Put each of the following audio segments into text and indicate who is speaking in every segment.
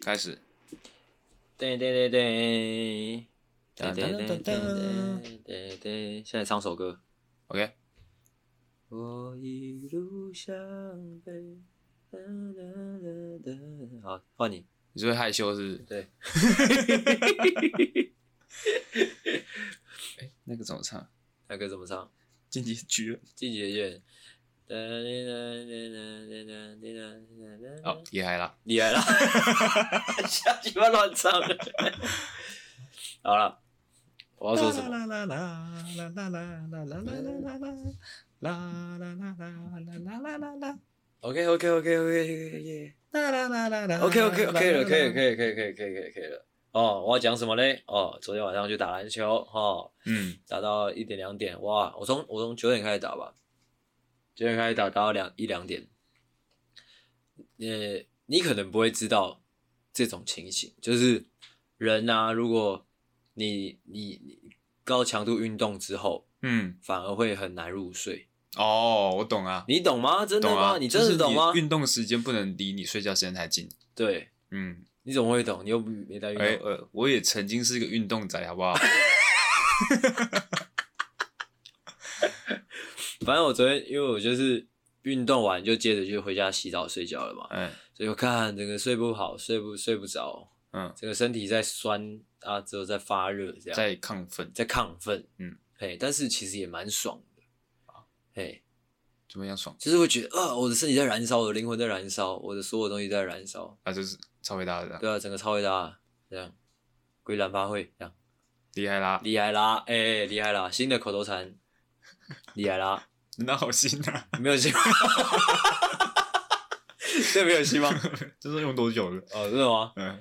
Speaker 1: 开始。
Speaker 2: 对对对对，对
Speaker 1: 噔
Speaker 2: 对
Speaker 1: 噔噔
Speaker 2: 对对
Speaker 1: 噔
Speaker 2: 对对对，现在唱首歌。
Speaker 1: OK，
Speaker 2: 我一路向北。哒哒哒哒好，换你。
Speaker 1: 你是不是害羞是不是？
Speaker 2: 对，
Speaker 1: 那个怎么唱？
Speaker 2: 那歌怎么唱？
Speaker 1: 晋级局
Speaker 2: 季节乐。哒哒哒哒哒哒哒哒哒哒
Speaker 1: 哦，厉害啦！
Speaker 2: 你来了，下去要乱 唱了。好了，我要说什么？
Speaker 1: 啦啦啦啦啦啦啦啦啦啦啦啦啦啦啦啦啦啦啦啦
Speaker 2: OK OK OK OK
Speaker 1: 啦啦啦啦
Speaker 2: OK OK OK OK 了，可以可以可以可以可以可以可以了。哦，我要讲什么嘞？哦，昨天晚上去打篮球，哦，
Speaker 1: 嗯，
Speaker 2: 打到一点两点，哇！我从我从九点开始打吧，九点开始打，打到两一两点。呃，你可能不会知道这种情形，就是人啊，如果你你你高强度运动之后，
Speaker 1: 嗯，
Speaker 2: 反而会很难入睡，
Speaker 1: 哦，我懂啊，
Speaker 2: 你懂吗？真的
Speaker 1: 懂
Speaker 2: 吗？
Speaker 1: 啊，
Speaker 2: 你真的懂吗
Speaker 1: 就是？你运动时间不能离你睡觉时间太近。
Speaker 2: 对，
Speaker 1: 嗯，
Speaker 2: 你怎么会懂？你又没在运动。
Speaker 1: 哎呃，我也曾经是一个运动仔，好不好？
Speaker 2: 反正我昨天因为我就是运动完就接着就回家洗澡睡觉了嘛，
Speaker 1: 嗯
Speaker 2: 所以我看整个睡不好，睡不睡不着，
Speaker 1: 嗯，
Speaker 2: 整个身体在酸啊，之后在发热，这样
Speaker 1: 在亢奋，
Speaker 2: 在亢奋，
Speaker 1: 嗯，
Speaker 2: 嘿，但是其实也蛮爽的，嘿，
Speaker 1: 怎么样爽
Speaker 2: 就是会觉得啊，我的身体在燃烧，我的灵魂在燃烧，我的所有东西在燃烧，
Speaker 1: 啊？就是超伟大的这样，
Speaker 2: 对啊，整个超伟大，这样，鬼兰发会这样，
Speaker 1: 厉害啦！
Speaker 2: 厉害啦，哎、厉害啦，新的口头禅，厉害啦，
Speaker 1: 真的好心啊！
Speaker 2: 没有希望，这没有希望，
Speaker 1: 这是用多久了？
Speaker 2: 哦，真的吗？
Speaker 1: 嗯，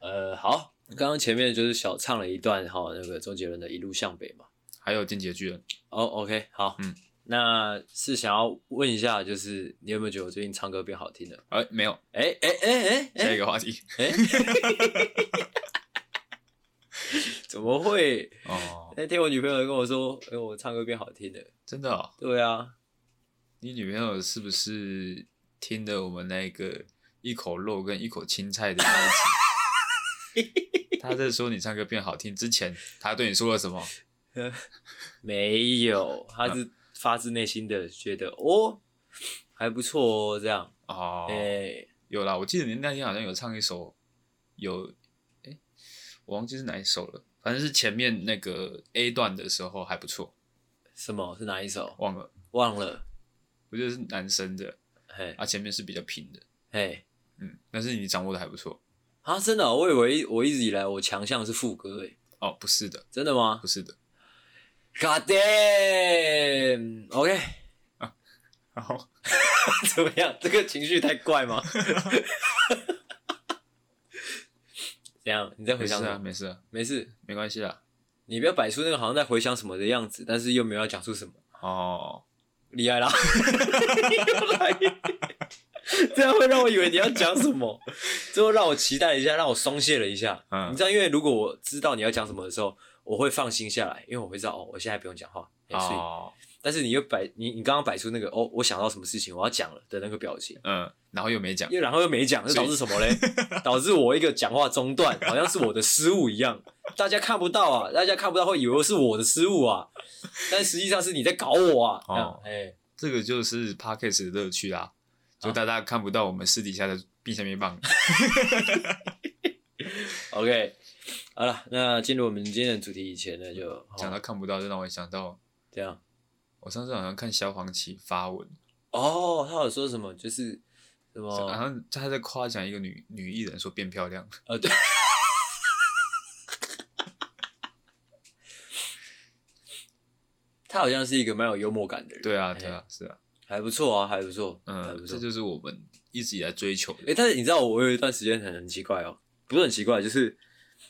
Speaker 2: 呃，好，刚刚前面就是小唱了一段哈，那个周杰伦的《一路向北》嘛。
Speaker 1: 还有进阶巨人，
Speaker 2: 哦、o k 好，
Speaker 1: 嗯，
Speaker 2: 那是想要问一下，就是你有没有觉得我最近唱歌变好听了？
Speaker 1: 哎，没有，
Speaker 2: 哎哎哎哎
Speaker 1: 下一
Speaker 2: 哎
Speaker 1: 个话题
Speaker 2: 哎，怎么会？
Speaker 1: 哦，
Speaker 2: 那天我女朋友跟我说，哎、我唱歌变好听了。
Speaker 1: 真的哦，
Speaker 2: 对啊，
Speaker 1: 你女朋友是不是听的我们那个一口肉跟一口青菜的那一集？她在说你唱歌变好听之前，她对你说了什么？
Speaker 2: 没有，她是发自内心的觉得哦，还不错哦，这样，
Speaker 1: 哦，
Speaker 2: 哎、
Speaker 1: 有啦，我记得你那天好像有唱一首，有，哎、我忘记是哪一首了，反正是前面那个 A 段的时候还不错，
Speaker 2: 什么是哪一首？
Speaker 1: 忘了，
Speaker 2: 忘了，
Speaker 1: 我觉得是男生的，
Speaker 2: 嘿，
Speaker 1: 啊，前面是比较平的，
Speaker 2: 嘿。
Speaker 1: 嗯，但是你掌握的还不错。
Speaker 2: 啊，真的哦、我以为我一直以来我强项是副歌诶，
Speaker 1: 哦，不是的，
Speaker 2: 真的吗
Speaker 1: 不是的。
Speaker 2: ？God damn，OK，、
Speaker 1: 然后
Speaker 2: 怎么样？这个情绪太怪吗？ 怎样？你在
Speaker 1: 没
Speaker 2: 回
Speaker 1: 事
Speaker 2: 想什么？
Speaker 1: 啊，没事啊，
Speaker 2: 没事，
Speaker 1: 没关系啦。
Speaker 2: 你不要摆出那个好像在回想什么的样子，但是又没有要讲出什么，
Speaker 1: 哦，
Speaker 2: 厉害啦！ 又来这样会让我以为你要讲什么，最后让我期待一下，让我松懈了一下。
Speaker 1: 嗯
Speaker 2: 你知道，因为如果我知道你要讲什么的时候，我会放心下来，因为我会知道哦，我现在不用讲话，哎所以
Speaker 1: 哦，
Speaker 2: 但是你又摆你你刚刚摆出那个哦，我想到什么事情我要讲了的那个表情，
Speaker 1: 嗯，然后又没讲，
Speaker 2: 又然后又没讲，这
Speaker 1: 所
Speaker 2: 导
Speaker 1: 以
Speaker 2: 致什 么嘞？导致我一个讲话中断，好像是我的失误一样，大家看不到啊，大家看不到会以为是我的失误啊，但实际上是你在搞我啊，这样
Speaker 1: 哦
Speaker 2: 哎、
Speaker 1: 这个就是 podcast 的乐趣啦，就大家看不到我们私底下的冰箱面棒。
Speaker 2: o k 好了，那进入我们今天的主题以前呢，就
Speaker 1: 讲
Speaker 2: 哦
Speaker 1: 到看不到，就让我想到
Speaker 2: 这样
Speaker 1: 我上次好像看萧煌奇发文，
Speaker 2: 哦，他有说什么就是什
Speaker 1: 好
Speaker 2: 么
Speaker 1: 像他在夸奖一个女女艺人说变漂 亮，
Speaker 2: 呃对。他好像是一个蛮有幽默感的人，
Speaker 1: 对啊，对啊，是啊，
Speaker 2: 还不错啊，还不错，还
Speaker 1: 嗯
Speaker 2: 不，错
Speaker 1: 这。就是我们一直以来追求
Speaker 2: 诶、
Speaker 1: 的。
Speaker 2: 但是你知道我有一段时间很很奇怪哦，不是很奇怪，就是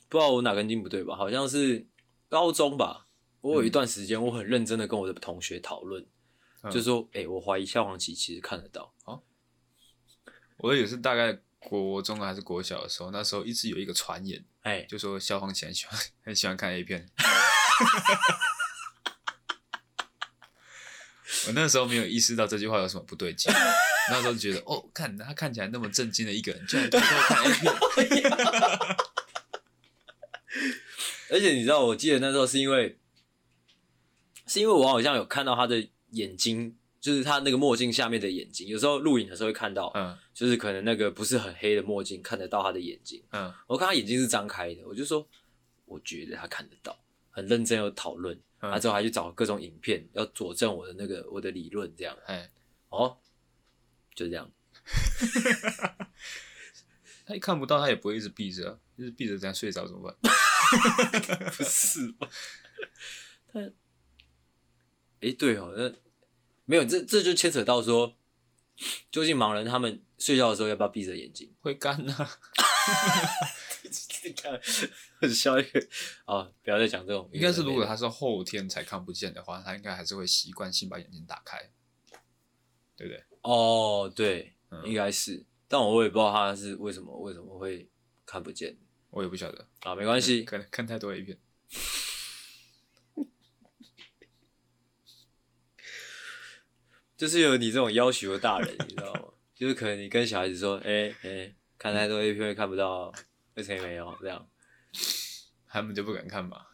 Speaker 2: 不知道我哪根筋不对吧？好像是高中吧，我有一段时间我很认真的跟我的同学讨论，
Speaker 1: 嗯
Speaker 2: 就说，诶、我怀疑萧煌奇其实看得到，
Speaker 1: 我也是大概国中还是国小的时候，那时候一直有一个传言，
Speaker 2: 哎、
Speaker 1: 就说萧煌奇很喜欢很喜欢看 A 片。我那时候没有意识到这句话有什么不对劲，那时候觉得哦，看他看起来那么震惊的一个人，居然偷偷看 A 片，
Speaker 2: 而且你知道，我记得那时候是因为，是因为我好像有看到他的眼睛，就是他那个墨镜下面的眼睛，有时候录影的时候会看到，
Speaker 1: 嗯
Speaker 2: 就是可能那个不是很黑的墨镜看得到他的眼睛。
Speaker 1: 嗯
Speaker 2: 我看他眼睛是张开的，我就说，我觉得他看得到，很认真有讨论，
Speaker 1: 嗯
Speaker 2: 然后之后还去找各种影片要佐证我的那个我的理论，这样
Speaker 1: 哎，
Speaker 2: 哦，就 这样。
Speaker 1: 他一看不到，他也不会一直闭着啊，一直闭着这样睡着怎么办？
Speaker 2: 不是吧？但，哎、对哦，那没有，这这就牵扯到说，究竟盲人他们睡觉的时候要不要闭着 眼睛？
Speaker 1: 会干呐、
Speaker 2: 你看，很笑一个啊！不要再讲这种，
Speaker 1: 应该是如果他是后天才看不见的话，他应该还是会习惯性把眼睛打开，对不对？
Speaker 2: 哦，对，
Speaker 1: 嗯
Speaker 2: 应该是，但我也不知道他是为什么为什么会看不见
Speaker 1: 我也不晓得，
Speaker 2: 啊，没关系，
Speaker 1: 可能看太多 A 片。
Speaker 2: 就是有你这种要求的大人，你知道 吗？就是可能你跟小孩子说，哎、哎、看太多 A 片会看不到哦，为什么没有这样？
Speaker 1: 他们就不敢看嘛，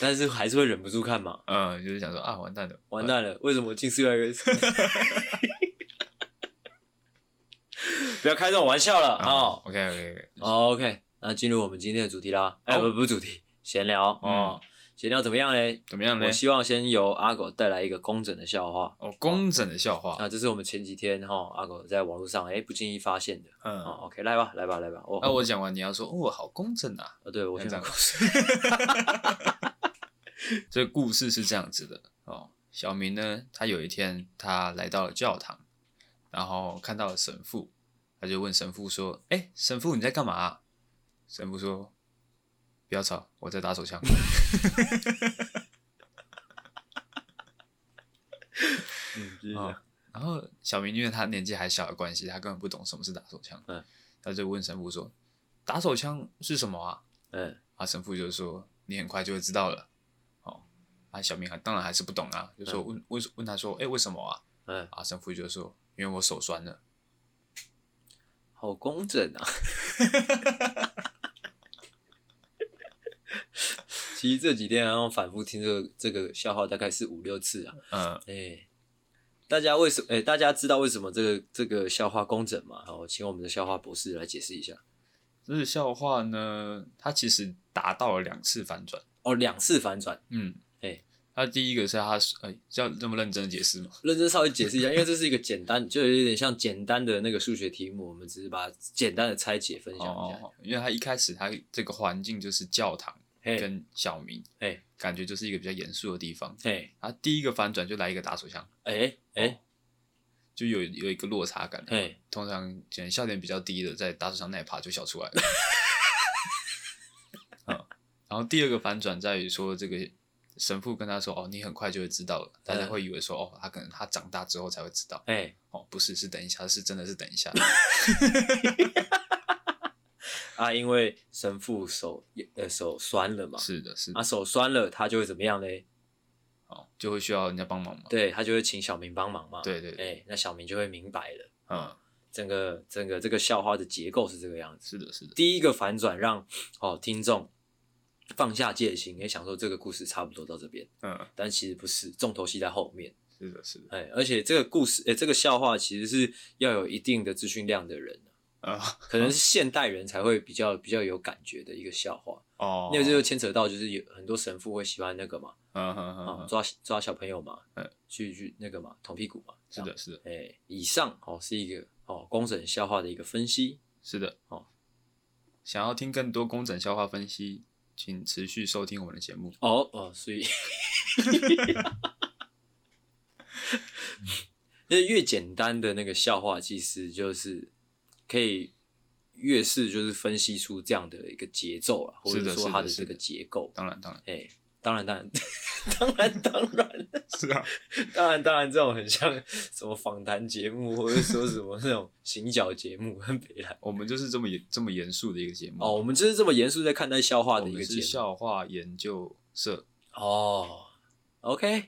Speaker 2: 但是还是会忍不住看嘛。
Speaker 1: 嗯，就是想说啊，完蛋了，
Speaker 2: 完蛋了，为什么近视越来越深？ 不要开这种玩笑了
Speaker 1: 啊
Speaker 2: 哦。
Speaker 1: ，OK OK OK，
Speaker 2: 好 OK，那进入我们今天的主题啦。哎、
Speaker 1: 好
Speaker 2: 不不是主题，闲聊哦。闲聊怎么样嘞？
Speaker 1: 怎么样呢
Speaker 2: 我？希望先由阿狗带来一个工整的笑话。
Speaker 1: 哦，工整的笑话，
Speaker 2: 那这是我们前几天哈、阿狗在网络上哎、不经意发现的。
Speaker 1: 嗯，
Speaker 2: 哦，OK，来吧，来吧，来吧。我、
Speaker 1: 那我讲完你要说哦，好工整啊。
Speaker 2: 哦，对我先
Speaker 1: 这样
Speaker 2: 讲。
Speaker 1: 这个故事是这样子的哦，小明呢，他有一天他来到了教堂，然后看到了神父，他就问神父说：“哎，神父你在干嘛啊、神父说：“不要吵，我在打手枪。
Speaker 2: 嗯，继续
Speaker 1: 哦
Speaker 2: 讲。”
Speaker 1: 然后小明因为他年纪还小的关系，他根本不懂什么是打手枪，
Speaker 2: 嗯，
Speaker 1: 他就问神父说：“打手枪是什么啊？”
Speaker 2: 嗯，
Speaker 1: 啊，神父就说你很快就会知道了。哦，啊，小明还当然还是不懂啊，就说问问问他说，哎、为什么啊？
Speaker 2: 嗯
Speaker 1: 啊，神父就说因为我手酸了。
Speaker 2: 好工整啊！其实这几天然后反复听这个这个笑话，大概是五六次啊。
Speaker 1: 嗯，
Speaker 2: 哎、大家为什哎、大家知道为什么这个这个笑话工整吗？好，请我们的笑话博士来解释一下。
Speaker 1: 这是笑话呢，它其实达到了两次反转。
Speaker 2: 哦，两次反转，
Speaker 1: 嗯，
Speaker 2: 哎
Speaker 1: 他第一个是他，哎、要这么认真的解释吗？
Speaker 2: 认真稍微解释一下，因为这是一个简单，就有点像简单的那个数学题目，我们只是把它简单的拆解分享一下。
Speaker 1: 哦，因为他一开始他这个环境就是教堂
Speaker 2: 嘿，
Speaker 1: 跟小明，
Speaker 2: 嘿，
Speaker 1: 感觉就是一个比较严肃的地方。
Speaker 2: 嘿，
Speaker 1: 啊，第一个反转就来一个打手枪，
Speaker 2: 哎，哎，
Speaker 1: 哦就有有一个落差感。
Speaker 2: 嘿，
Speaker 1: 通常可能笑点比较低的，在打手上那一趴就笑出来了。嗯，然后第二个反转在于说，这个神父跟他说：“哦，你很快就会知道了。”大
Speaker 2: 嗯
Speaker 1: 家会以为说：“哦，他可能他长大之后才会知道。
Speaker 2: 哎，”
Speaker 1: 哦，不是，是等一下，是真的是等一 下。
Speaker 2: 啊，因为神父手呃手酸了嘛，
Speaker 1: 是的，是的
Speaker 2: 啊，手酸了，他就会怎么样嘞？
Speaker 1: 哦，就会需要人家帮忙嘛。
Speaker 2: 对他就会请小明帮忙嘛。，
Speaker 1: 对对
Speaker 2: 哎、
Speaker 1: 对，
Speaker 2: 那小明就会明白了，
Speaker 1: 嗯，
Speaker 2: 整个整个这个笑话的结构是这个样子。
Speaker 1: 是的，是的，
Speaker 2: 第一个反转让哦听众放下戒心，也想说这个故事差不多到这边，
Speaker 1: 嗯，
Speaker 2: 但其实不是，重头戏在后面。
Speaker 1: 是的，是的，
Speaker 2: 哎、而且这个故事，哎、这个笑话其实是要有一定的资讯量的人，
Speaker 1: 啊，
Speaker 2: 可能是现代人才会比较比较有感觉的一个笑话。
Speaker 1: 哦，
Speaker 2: 因为这就牵扯到，就是有很多神父会喜欢那个嘛，
Speaker 1: 嗯哼哼
Speaker 2: 啊，
Speaker 1: 哼，
Speaker 2: 抓抓小朋友嘛，
Speaker 1: 嗯
Speaker 2: 去去那个嘛，捅屁股嘛，
Speaker 1: 是的，是的，
Speaker 2: 这样，哎，以上哦是一个哦工整笑话的一个分析，
Speaker 1: 是的，
Speaker 2: 哦。
Speaker 1: 想要听更多工整消化分析，请持续收听我们的节目。
Speaker 2: 哦哦，所以，因为越简单的那个笑话，其实就是可以越是就是分析出这样的一个节奏啊，或
Speaker 1: 是的
Speaker 2: 者说它的
Speaker 1: 是的
Speaker 2: 这个
Speaker 1: 是的
Speaker 2: 结构，
Speaker 1: 当然，当然，
Speaker 2: 哎，当然当然，当然当然。
Speaker 1: 是啊，
Speaker 2: 当然，当然，这种很像什么访谈节目，或者说什么那种行脚节目，很北来。
Speaker 1: 我们就是这么严这么严肃的一个节目
Speaker 2: 哦，，我们就是这么严肃在看待笑话
Speaker 1: 我
Speaker 2: 的一
Speaker 1: 们
Speaker 2: 个
Speaker 1: 是
Speaker 2: 节目。
Speaker 1: 笑话研究社，
Speaker 2: 哦，OK，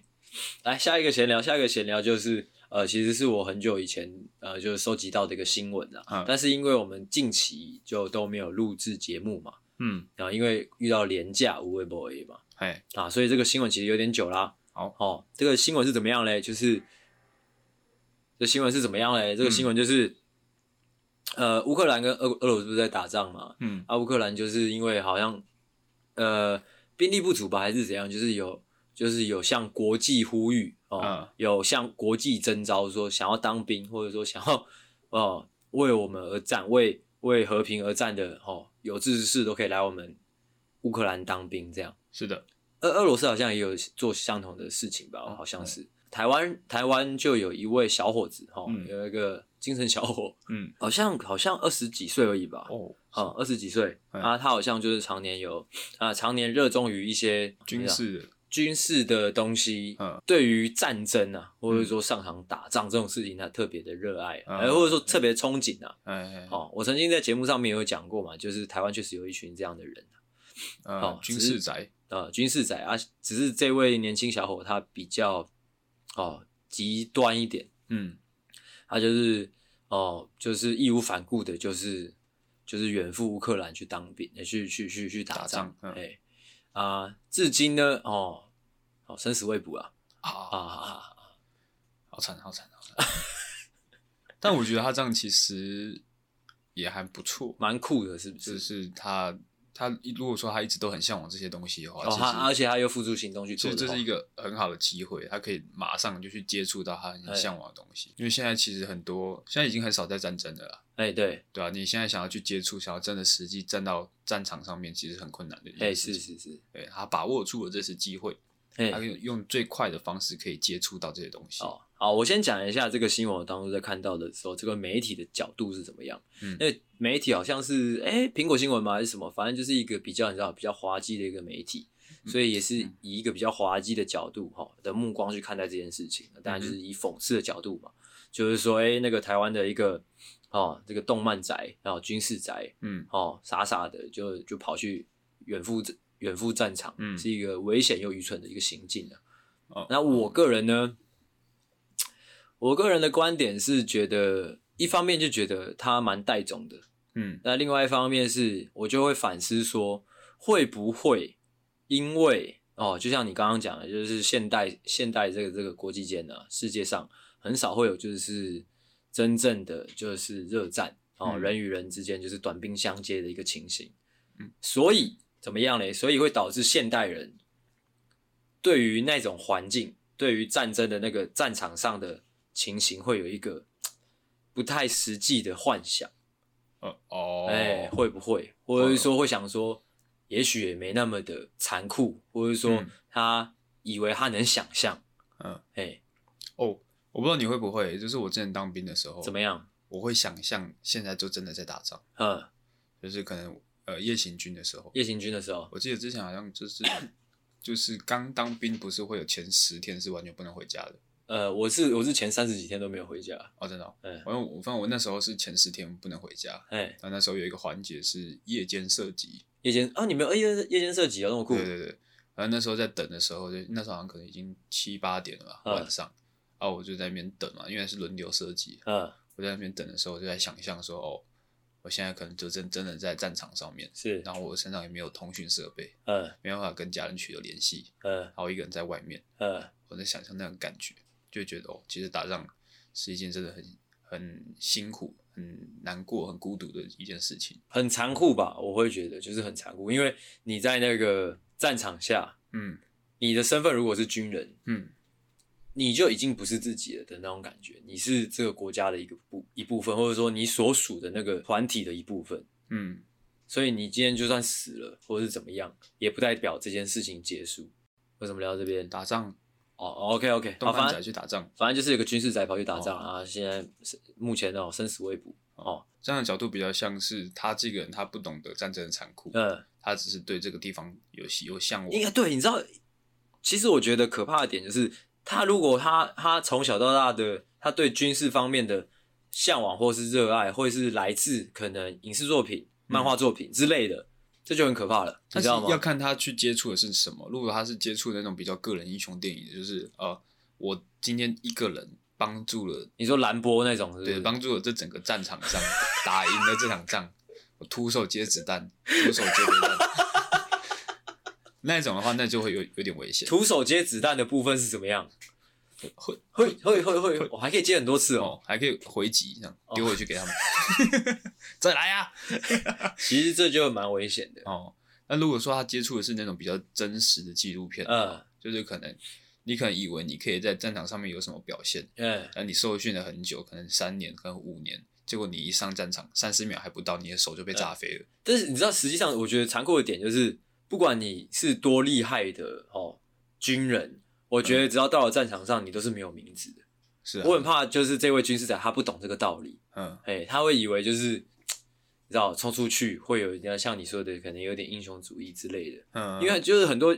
Speaker 2: 来下一个闲聊，下一个闲聊就是呃，其实是我很久以前呃就是收集到的一个新闻啊，
Speaker 1: 嗯
Speaker 2: 但是因为我们近期就都没有录制节目嘛，
Speaker 1: 嗯，
Speaker 2: 然后因为遇到廉价无为 boy 嘛，
Speaker 1: 哎，
Speaker 2: 啊，所以这个新闻其实有点久啦。
Speaker 1: 好
Speaker 2: 哦，这个新闻是怎么样嘞？就是这新闻是怎么样
Speaker 1: 嗯
Speaker 2: 嘞？这个新闻就是，呃，乌克兰跟俄俄罗斯不是在打仗嘛？
Speaker 1: 嗯
Speaker 2: 啊，乌克兰就是因为好像呃兵力不足吧，还是怎样？就是有就是有向国际呼吁哦，
Speaker 1: 嗯
Speaker 2: 有向国际征召说想要当兵，或者说想要哦为我们而战，为为和平而战的哦，有志之士都可以来我们乌克兰当兵这样。
Speaker 1: 是的，
Speaker 2: 俄俄罗斯好像也有做相同的事情吧，
Speaker 1: 嗯
Speaker 2: 好像是。台湾台湾就有一位小伙子哈，哦
Speaker 1: 嗯
Speaker 2: 有一个精神小伙，
Speaker 1: 嗯，
Speaker 2: 好像好像二十几岁而已吧，
Speaker 1: 哦，
Speaker 2: 嗯，二十几岁
Speaker 1: 嗯
Speaker 2: 啊，他好像就是常年有啊，常年热衷于一些
Speaker 1: 军事的，
Speaker 2: 军事的东西，
Speaker 1: 嗯
Speaker 2: 对于战争啊，或者说上场打仗这种事情，他特别的热爱，
Speaker 1: 嗯
Speaker 2: 呃或者说特别憧憬啊。
Speaker 1: 哎，
Speaker 2: 哦，我曾经在节目上面有讲过嘛，就是台湾确实有一群这样的人。
Speaker 1: 呃
Speaker 2: 哦，
Speaker 1: 军
Speaker 2: 只是
Speaker 1: 事宅，
Speaker 2: 呃军事仔啊，只是这位年轻小伙他比较哦极端一点，
Speaker 1: 嗯
Speaker 2: 他就是哦就是义无反顾的，就是就是远赴乌克兰去当兵，呃去去去去打
Speaker 1: 打
Speaker 2: 仗
Speaker 1: 仗，嗯
Speaker 2: 哎啊、至今呢哦哦生死未卜啊啊
Speaker 1: 啊，
Speaker 2: 啊啊
Speaker 1: 好惨，好惨，好惨。但我觉得他这样其实也还不错，
Speaker 2: 蛮酷的，是不？
Speaker 1: 就是是他他如果说他一直都很向往这些东西的话，
Speaker 2: 哦，
Speaker 1: 其
Speaker 2: 他
Speaker 1: 实
Speaker 2: 而且他又付诸行动去
Speaker 1: 其
Speaker 2: 做
Speaker 1: 实
Speaker 2: 的话，
Speaker 1: 这是一个很好的机会，他可以马上就去接触到他
Speaker 2: 哎
Speaker 1: 很向往的东西。因为现在其实很多，现在已经很少在战争的了啦，
Speaker 2: 哎、对，
Speaker 1: 对啊，你现在想要去接触，想要真的实际站到战场上面，其实很困难的一
Speaker 2: 哎、
Speaker 1: 件
Speaker 2: 是
Speaker 1: 事情。
Speaker 2: 是是，
Speaker 1: 对他把握住了这次机会，
Speaker 2: 哎、
Speaker 1: 他可以用最快的方式可以接触到这些东西。
Speaker 2: 哦，好，我先讲一下这个新闻，我当初在看到的时候，这个媒体的角度是怎么样。
Speaker 1: 嗯
Speaker 2: 因为媒体好像是哎苹果新闻嘛还是什么，反正就是一个比较你知道比较滑稽的一个媒体，
Speaker 1: 嗯
Speaker 2: 所以也是以一个比较滑稽的角度哈的目光去看待这件事
Speaker 1: 嗯
Speaker 2: 情，当然就是以讽刺的角度嘛，就是说哎那个台湾的一个哦这个动漫宅然后军事宅
Speaker 1: 嗯
Speaker 2: 哦傻傻的就就跑去远赴远赴战场，
Speaker 1: 嗯
Speaker 2: 是一个危险又愚蠢的一个行径啊。
Speaker 1: 哦
Speaker 2: 那我个人呢，我个人的观点是觉得，一方面就觉得他蛮带种的，
Speaker 1: 嗯
Speaker 2: 那另外一方面是我就会反思说，会不会因为哦，就像你刚刚讲的，就是现代现代这个这个国际间呢、世界上很少会有就是真正的就是热战哦，
Speaker 1: 嗯
Speaker 2: 人与人之间就是短兵相接的一个情形，
Speaker 1: 嗯，
Speaker 2: 所以怎么样嘞？所以会导致现代人对于那种环境，对于战争的那个战场上的情形，会有一个不太实际的幻想。
Speaker 1: 呃哦，
Speaker 2: 哎、会不会，或者是说会想说，也许也没那么的残酷，或者是说
Speaker 1: 嗯
Speaker 2: 他以为他能想象，
Speaker 1: 嗯
Speaker 2: 哎、
Speaker 1: 哦，我不知道你会不会，就是我之前当兵的时候，
Speaker 2: 怎么
Speaker 1: 样？
Speaker 2: 样？
Speaker 1: 我会想象现在就真的在打仗，
Speaker 2: 嗯，
Speaker 1: 就是可能呃夜行军的时候，
Speaker 2: 夜行军的时候，
Speaker 1: 我记得之前好像就是就是刚当兵，不是会有前十天是完全不能回家的
Speaker 2: 呃，我是我是前三十几天都没有回家，
Speaker 1: 哦，真的、哦。
Speaker 2: 嗯，
Speaker 1: 反正我反正我那时候是前十天不能回家，
Speaker 2: 哎、
Speaker 1: 但那时候有一个环节是夜间射击，
Speaker 2: 夜间啊，你们有夜夜间射击啊，那么酷
Speaker 1: 对，对对。然后那时候在等的时候，就那时候好像可能已经七八点了吧，
Speaker 2: 嗯
Speaker 1: 晚上。啊，我就在那边等嘛，因为是轮流射击。
Speaker 2: 嗯，
Speaker 1: 我在那边等的时候，我就在想象说，哦，我现在可能就真真的在战场上面，
Speaker 2: 是，
Speaker 1: 然后我身上也没有通讯设备，
Speaker 2: 嗯
Speaker 1: 没办法跟家人取得联系，
Speaker 2: 嗯
Speaker 1: 然后一个人在外面，
Speaker 2: 嗯，
Speaker 1: 我在想象那种感觉，就会觉得哦，其实打仗是一件真的很很辛苦、很难过、很孤独的一件事情。
Speaker 2: 很残酷吧？我会觉得就是很残酷，因为你在那个战场下，
Speaker 1: 嗯
Speaker 2: 你的身份如果是军人，
Speaker 1: 嗯，
Speaker 2: 你就已经不是自己了的那种感觉，你是这个国家的一个部一部分，或者说你所属的那个团体的一部分。
Speaker 1: 嗯，
Speaker 2: 所以你今天就算死了，或者是怎么样，也不代表这件事情结束。为什么聊到这边？
Speaker 1: 打仗，
Speaker 2: 哦，OK OK，好，
Speaker 1: 动漫
Speaker 2: 反
Speaker 1: 仔
Speaker 2: 正
Speaker 1: 去打仗，
Speaker 2: 反正就是有个军事宅跑去打仗啊，现在是目前哦生死未卜哦，
Speaker 1: 这样的角度比较像是他这个人，他不懂得战争的残酷，
Speaker 2: 嗯，
Speaker 1: 他只是对这个地方有喜有向往
Speaker 2: 应。该对，你知道，其实我觉得可怕的点就是，他如果他他从小到大的他对军事方面的向往或是热爱，会是来自可能影视作品、漫画作品之类的，这就很可怕了，你
Speaker 1: 但嗯是
Speaker 2: 知道
Speaker 1: 要
Speaker 2: 吗？
Speaker 1: 看他去接触的是什么。如果他是接触那种比较个人英雄电影，就是呃，我今天一个人帮助了
Speaker 2: 你说兰博那种是不
Speaker 1: 对，
Speaker 2: 是？
Speaker 1: 帮助我这整个战场上打赢了这场仗，我我徒手接子弹，徒手接飞弹，那一种的话，那就会有有点危险。
Speaker 2: 徒手接子弹的部分是怎么样？
Speaker 1: 会
Speaker 2: 会会会会，我还可以接很多次哦。
Speaker 1: 哦，还可以回击，这样丢回去给他们， 再来呀、
Speaker 2: 其实这就蛮危险的。
Speaker 1: 哦，那如果说他接触的是那种比较真实的纪录片，
Speaker 2: 嗯
Speaker 1: 就是可能你可能以为你可以在战场上面有什么表现，
Speaker 2: 嗯，
Speaker 1: 然后你受训了很久，可能三年，可能五年，结果你一上战场，三十秒还不到，你的手就被
Speaker 2: 呃
Speaker 1: 炸飞了。
Speaker 2: 但是你知道，实际上我觉得残酷的点就是，不管你是多厉害的哦军人，我觉得只要到了战场上，你都是没有名字的。
Speaker 1: 是嗯啊
Speaker 2: 我，很怕就是这位军师长他不懂这个道理，
Speaker 1: 嗯，
Speaker 2: 哎，他会以为就是。你知道冲出去会有人家像你说的，可能有点英雄主义之类的，
Speaker 1: 嗯，
Speaker 2: 因为就是很多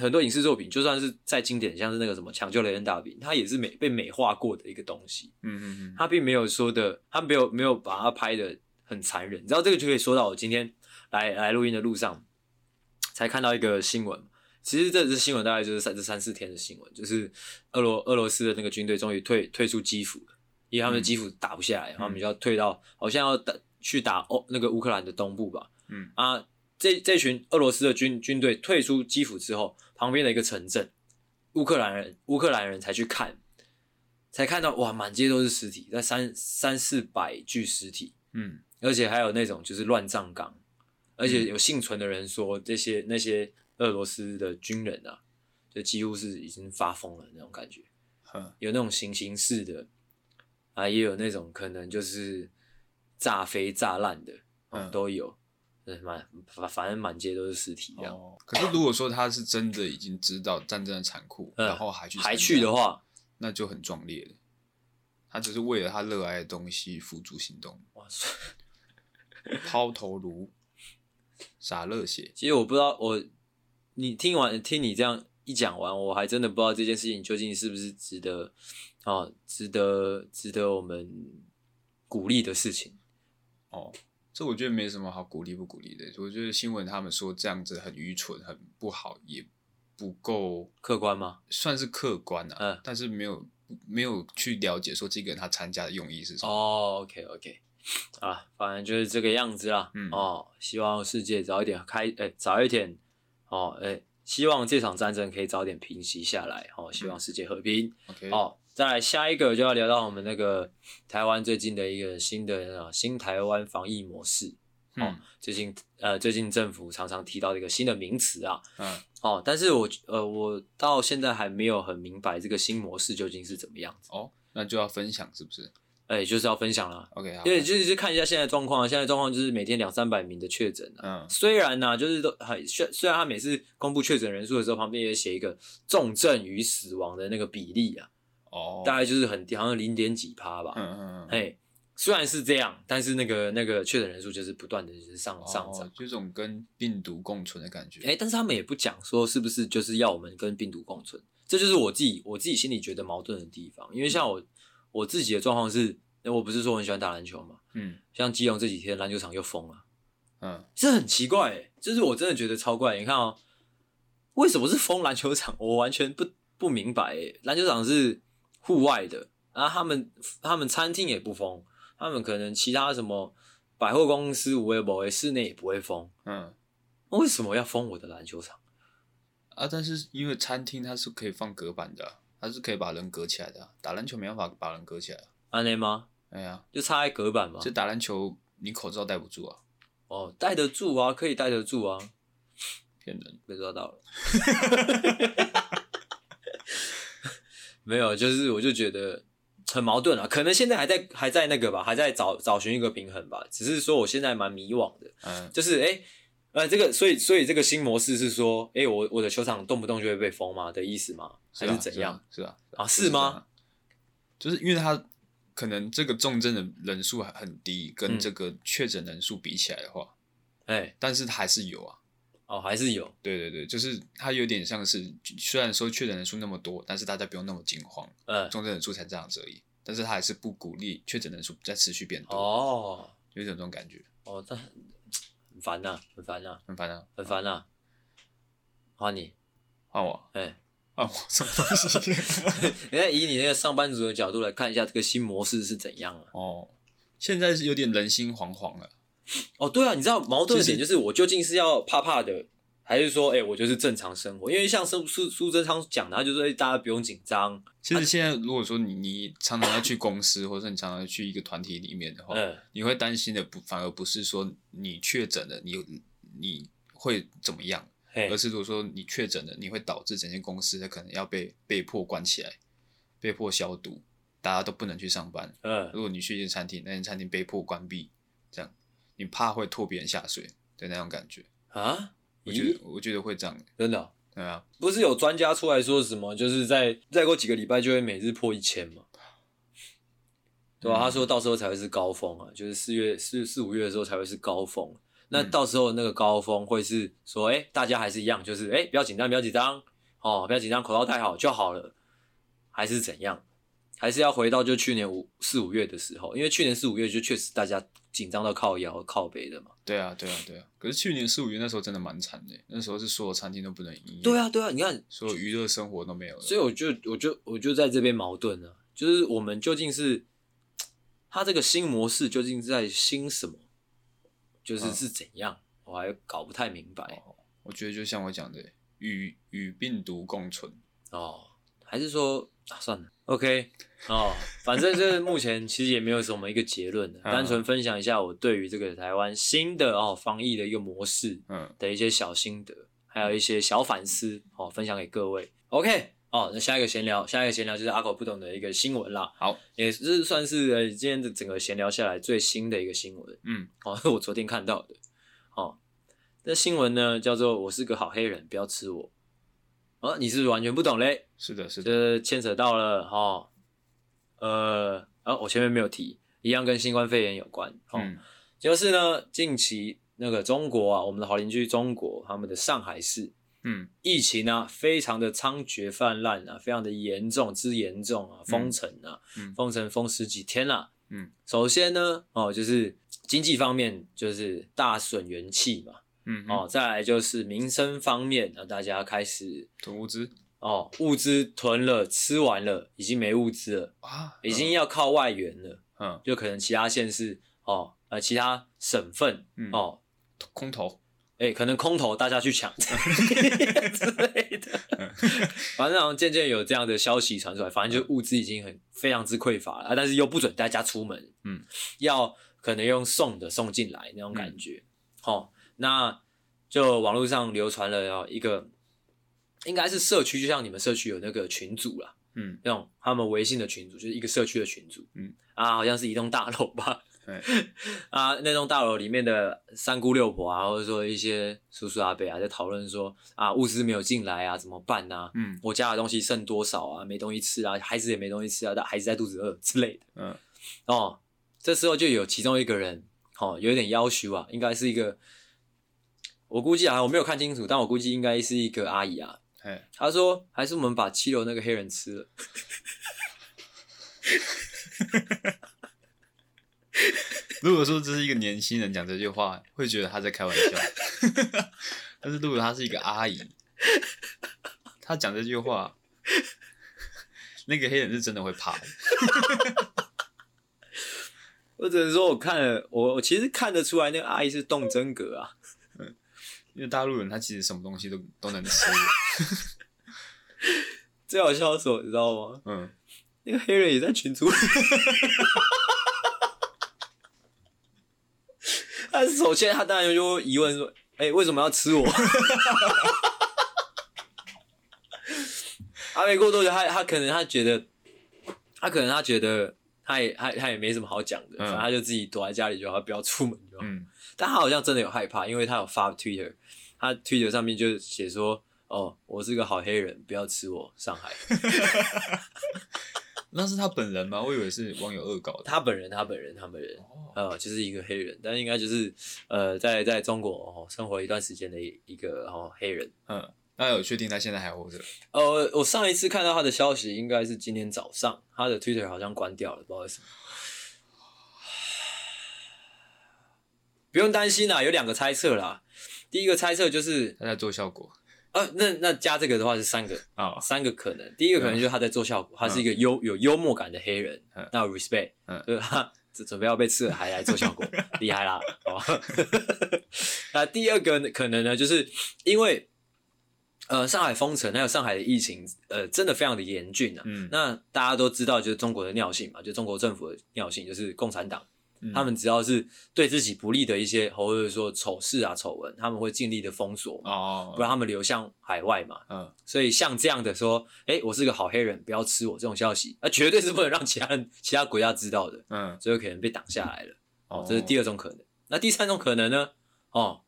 Speaker 2: 很多影视作品，就算是再经典，像是那个什么《抢救雷恩大兵》，它也是美被美化过的一个东西。
Speaker 1: 嗯嗯嗯，
Speaker 2: 他并没有说的，他没有没有把它拍的很残忍。你知道这个就可以说到我今天来来录音的路上，才看到一个新闻。其实这次新闻大概就是三这三四天的新闻，就是俄罗俄罗斯的那个军队终于退退出基辅了，因为他们的基辅打不下来，他们就要退到好像要打去打欧那个乌克兰的东部吧。
Speaker 1: 嗯
Speaker 2: 啊，这这群俄罗斯的军军队退出基辅之后，旁边的一个城镇，乌克兰人乌克兰人才去看，才看到哇，满街都是尸体，在三三四百具尸体，
Speaker 1: 嗯，
Speaker 2: 而且还有那种就是乱葬岗，而且有幸存的人说，这些那些俄罗斯的军人啊，就几乎是已经发疯了那种感觉，
Speaker 1: 嗯
Speaker 2: 有那种行刑式的，啊，也有那种可能就是炸飞炸烂的，哦
Speaker 1: 嗯
Speaker 2: 都有，嗯，满反反正满街都是尸体这样，
Speaker 1: 哦。可是如果说他是真的已经知道战争的残酷，
Speaker 2: 嗯
Speaker 1: 然后还去
Speaker 2: 还
Speaker 1: 参
Speaker 2: 去
Speaker 1: 加
Speaker 2: 的，话，
Speaker 1: 那就很壮烈了。他只是为了他热爱的东西付诸行 动，
Speaker 2: 哇塞！
Speaker 1: 抛头颅，洒热血。
Speaker 2: 其实我不知道，我你听完听你这样一讲完，我还真的不知道这件事情究竟是不是值得啊，值得值得我们鼓励的事情。
Speaker 1: 哦，这我觉得没什么好鼓励不鼓励的。我觉得新闻他们说这样子很愚蠢、很不好，也不够
Speaker 2: 客观吗？
Speaker 1: 算是客观啊，
Speaker 2: 嗯
Speaker 1: 但是没有没有去了解说这个人他参加的用意是什么。
Speaker 2: 哦，OK，OK、o k OK，啊，反正就是这个样子啦。
Speaker 1: 嗯
Speaker 2: 哦，希望世界早一点开，哎、早一点，哦，哎、希望这场战争可以早点平息下来。哦，希
Speaker 1: 嗯
Speaker 2: 望世界和平。
Speaker 1: OK，
Speaker 2: 哦，再来下一个就要聊到我们那个台湾最近的一个新的啊新台湾防疫模式。
Speaker 1: 嗯、
Speaker 2: 哦最近呃最近政府常常提到的一个新的名词啊，
Speaker 1: 嗯，
Speaker 2: 哦，但是我呃我到现在还没有很明白这个新模式究竟是怎么样子，
Speaker 1: 哦，那就要分享是不是
Speaker 2: 哎、就是要分享啦，
Speaker 1: ？OK，好，
Speaker 2: 因为就是看一下现在状况啊，现在状况就是每天两三百名的确诊啊。
Speaker 1: 嗯
Speaker 2: 虽然呢、就是都很虽虽然他每次公布确诊人数的时候，旁边也写一个重症与死亡的那个比例啊，
Speaker 1: 哦，
Speaker 2: 大概就是很低，好像零点几趴吧。
Speaker 1: 嗯嗯嗯，
Speaker 2: 嘿，虽然是这样，但是那个那个确诊人数就是不断的就是上上涨
Speaker 1: 哦，。就这种跟病毒共存的感觉。
Speaker 2: 哎、但是他们也不讲说是不是就是要我们跟病毒共存，这就是我自己我自己心里觉得矛盾的地方。因为像我我自己的状况是，呃我不是说我很喜欢打篮球嘛，
Speaker 1: 嗯
Speaker 2: 像基隆这几天篮球场又封了，
Speaker 1: 嗯，
Speaker 2: 这很奇怪、欸，就是我真的觉得超怪。你看哦，为什么是封篮球场？我完全不不明白、欸。篮球场是户外的，然后他们他们餐厅也不封，他们可能其他什么百货公司、无微博、室内也不会封，
Speaker 1: 嗯
Speaker 2: 为什么要封我的篮球场？
Speaker 1: 啊，但是因为餐厅它是可以放隔板的啊、它是可以把人隔起来的啊、打篮球没办法把人隔起来啊、
Speaker 2: 安内吗？
Speaker 1: 哎呀，
Speaker 2: 就插在隔板嘛
Speaker 1: 这。打篮球你口罩戴不住啊，
Speaker 2: 哦，戴得住啊，可以戴得住啊，
Speaker 1: 骗人。
Speaker 2: 被抓到了。没有，就是我就觉得很矛盾啊，可能现在还在还在那个吧，还在找找寻一个平衡吧。只是说我现在蛮迷惘的，
Speaker 1: 嗯
Speaker 2: 就是哎、诶呃，这个所以所以这个新模式是说，哎、我我的球场动不动就会被封吗的意思吗？还
Speaker 1: 啊
Speaker 2: 是怎样？？
Speaker 1: 是啊，
Speaker 2: 啊是吗
Speaker 1: 就是这样啊？就是因为他可能这个重症的人数还很低，
Speaker 2: 嗯
Speaker 1: 跟这个确诊人数比起来的话，
Speaker 2: 哎、
Speaker 1: 但是还是有啊。
Speaker 2: 哦，还是有
Speaker 1: 对对对，就是它有点像是，虽然说确诊人数那么多，但是大家不用那么惊慌，
Speaker 2: 嗯
Speaker 1: 重症人数才这样子而已。但是他还是不鼓励确诊人数再持续变多，
Speaker 2: 哦
Speaker 1: 有一种这种感觉，
Speaker 2: 哦，但很烦呐、很烦呐、
Speaker 1: 很烦啊。
Speaker 2: 很烦呐、换你，
Speaker 1: 换我，
Speaker 2: 哎、
Speaker 1: 换我，什么东西？
Speaker 2: 你看，以你那个上班族的角度来看一下这个新模式是怎样啊？
Speaker 1: 哦，现在是有点人心惶惶了。
Speaker 2: 哦，对啊，你知道矛盾的
Speaker 1: 其实
Speaker 2: 点就是我究竟是要怕怕的，还是说，哎、我就是正常生活？因为像苏苏苏贞昌讲的，他就说、哎大家不用紧张，
Speaker 1: 其实现在如果说你你常常要去公司，或者说你常常去一个团体里面的话，
Speaker 2: 嗯，
Speaker 1: 你会担心的不反而不是说你确诊了，你你会怎么样，
Speaker 2: 嘿
Speaker 1: 而，是如果说你确诊了，你会导致整间公司它可能要被被迫关起来，被迫消毒，大家都不能去上班。
Speaker 2: 嗯，
Speaker 1: 如果你去一间餐厅，那间餐厅被迫关闭，这样你怕会拖别人下水的那种感觉，
Speaker 2: 啊，
Speaker 1: 我觉
Speaker 2: 咦
Speaker 1: 得，我觉得会这样，
Speaker 2: 真的哦、
Speaker 1: 对啊，
Speaker 2: 不是有专家出来说什么，就是在再过几个礼拜就会每日破一千嘛？对啊，
Speaker 1: 嗯
Speaker 2: 他说到时候才会是高峰啊，就是四月四四五月的时候才会是高峰。那
Speaker 1: 嗯
Speaker 2: 到时候那个高峰会是说，哎、大家还是一样，就是哎、不要紧张，不要紧张，哦，不要紧张，口罩戴好就好了，还是怎样？还是要回到就去年五四五月的时候，因为去年四五月就确实大家紧张到靠腰靠背的嘛。
Speaker 1: 对啊，对啊，对啊。可是去年四五月那时候真的蛮惨的，那时候是所有餐厅都不能营业，
Speaker 2: 对，啊，对啊，你看
Speaker 1: 所有娱乐生活都没有了。
Speaker 2: 所以我就我就我就在这边矛盾了，就是我们究竟是他这个新模式究竟在新什么，就是
Speaker 1: 嗯哦
Speaker 2: 是怎样，我还搞不太明白
Speaker 1: 我觉得就像我讲的，与与病毒共存。
Speaker 2: 哦，还是说、啊、算了，OK 哦，反正这目前其实也没有什么一个结论的，
Speaker 1: 嗯
Speaker 2: 单纯分享一下我对于这个台湾新的哦防疫的一个模式
Speaker 1: 嗯，
Speaker 2: 的一些小心得，还有一些小反思哦，分享给各位。OK，哦，那下一个闲聊，下一个闲聊就是阿狗不懂的一个新闻啦。
Speaker 1: 好，
Speaker 2: 也是算是呃今天的整个闲聊下来最新的一个新闻
Speaker 1: 嗯，
Speaker 2: 哦， 是我昨天看到的哦。这新闻呢叫做“我是个好黑人，不要吃我”。哦，你是不是完全不懂嘞？
Speaker 1: 是的，是的，
Speaker 2: 这牵扯到了哈、哦，呃，啊、我前面没有提，一样跟新冠肺炎有关。哦，
Speaker 1: 嗯
Speaker 2: 就是呢，近期那个中国啊，我们的好邻居中国，他们的上海市
Speaker 1: 嗯
Speaker 2: 疫情啊，非常的猖獗泛滥啊，非常的严重之严重啊，封城啊，
Speaker 1: 嗯
Speaker 2: 封城封十几天啦、
Speaker 1: 嗯，
Speaker 2: 首先呢，哦，就是经济方面就是大损元气嘛，
Speaker 1: 嗯，
Speaker 2: 哦，再来就是民生方面，那大家开始
Speaker 1: 囤物资
Speaker 2: 哦，物资囤了，吃完了，已经没物资了，
Speaker 1: 啊，
Speaker 2: 已经要靠外援了，
Speaker 1: 嗯
Speaker 2: 就可能其他县市哦，呃，其他省份
Speaker 1: 嗯
Speaker 2: 哦，
Speaker 1: 空投，
Speaker 2: 哎、可能空投大家去抢 之类的， 反正好像渐渐有这样的消息传出来，反正就是物资已经很非常之匮乏了啊，但是又不准大家出门，
Speaker 1: 嗯，
Speaker 2: 要可能用送的送进来那种感觉，好、那就网络上流传了哦一个，应该是社区，就像你们社区有那个群组啦，
Speaker 1: 嗯
Speaker 2: 那种他们微信的群组，就是一个社区的群组，
Speaker 1: 嗯
Speaker 2: 啊，好像是一栋大楼吧，
Speaker 1: 对
Speaker 2: 啊，那栋大楼里面的三姑六婆啊，或者说一些叔叔阿伯啊，在讨论说啊，物资没有进来啊，怎么办啊？
Speaker 1: 嗯
Speaker 2: 我家的东西剩多少啊？没东西吃啊，孩子也没东西吃啊，但孩子在肚子饿之类的
Speaker 1: 嗯
Speaker 2: 哦。这时候就有其中一个人，哦，有点要求啊，应该是一个，我估计啊，我没有看清楚，但我估计应该是一个阿姨啊，
Speaker 1: 哎，
Speaker 2: 他说：“还是我们把七楼那个黑人吃了。”
Speaker 1: 如果说这是一个年轻人讲这句话，会觉得他在开玩笑， 但是如果他是一个阿姨，他讲这句话，那个黑人是真的会怕的，
Speaker 2: 我只能说，我看了，我我其实看得出来，那个阿姨是动真格啊。
Speaker 1: 因为大陆人他其实什么东西都都能吃，
Speaker 2: 最好笑的是，你知道吗？
Speaker 1: 嗯，
Speaker 2: 那个黑人也在群组里， 但是首先他当然就会疑问说：“哎、为什么要吃我？” 他没过多久，他他可能他觉得，他可能他觉得他也他他也没什么好讲的，
Speaker 1: 嗯
Speaker 2: 反正他就自己躲在家里就好，他不要出门就好。
Speaker 1: 嗯
Speaker 2: 但他好像真的有害怕，因为他有发 Twitter，他 Twitter 上面就写说：“哦，我是个好黑人，不要吃我，上海。”
Speaker 1: 那是他本人吗？我以为是网友恶搞的。
Speaker 2: 他本人，他本人，他本人，
Speaker 1: 哦
Speaker 2: 呃，就是一个黑人，但应该就是呃，在在中国哦生活一段时间的一一个哦黑人。
Speaker 1: 嗯，那有确定他现在还活着？
Speaker 2: 呃，我上一次看到他的消息应该是今天早上，他的 Twitter 好像关掉了，不好意思。 不用担心啦，有两个猜测啦。第一个猜测就是，
Speaker 1: 他在做效果
Speaker 2: 呃，那那加这个的话是三个，
Speaker 1: 啊、
Speaker 2: 三个可能。第一个可能就是他在做效果，他是一个幽有幽默感的黑人
Speaker 1: 嗯，
Speaker 2: 那有 respect，
Speaker 1: 嗯
Speaker 2: 就是他这准备要被吃了还来做 效果，厉害啦！哦， 那第二个可能呢，就是因为呃上海封城还有上海的疫情，呃真的非常的严峻啊。
Speaker 1: 嗯
Speaker 2: 那大家都知道，就是中国的尿性嘛，就中国政府的尿性，就是共产党，
Speaker 1: 嗯
Speaker 2: 他们只要是对自己不利的一些，或者说丑事啊、丑闻，他们会尽力的封锁嘛，不
Speaker 1: 哦，
Speaker 2: 让他们流向海外嘛。
Speaker 1: 嗯，
Speaker 2: 所以像这样的说，哎、我是个好黑人，不要吃我这种消息，那、绝对是不能让其他人、其他国家知道的，
Speaker 1: 嗯，
Speaker 2: 所以有可能被挡下来了。
Speaker 1: 哦
Speaker 2: 这是第二种可能。那第三种可能呢？ 哦，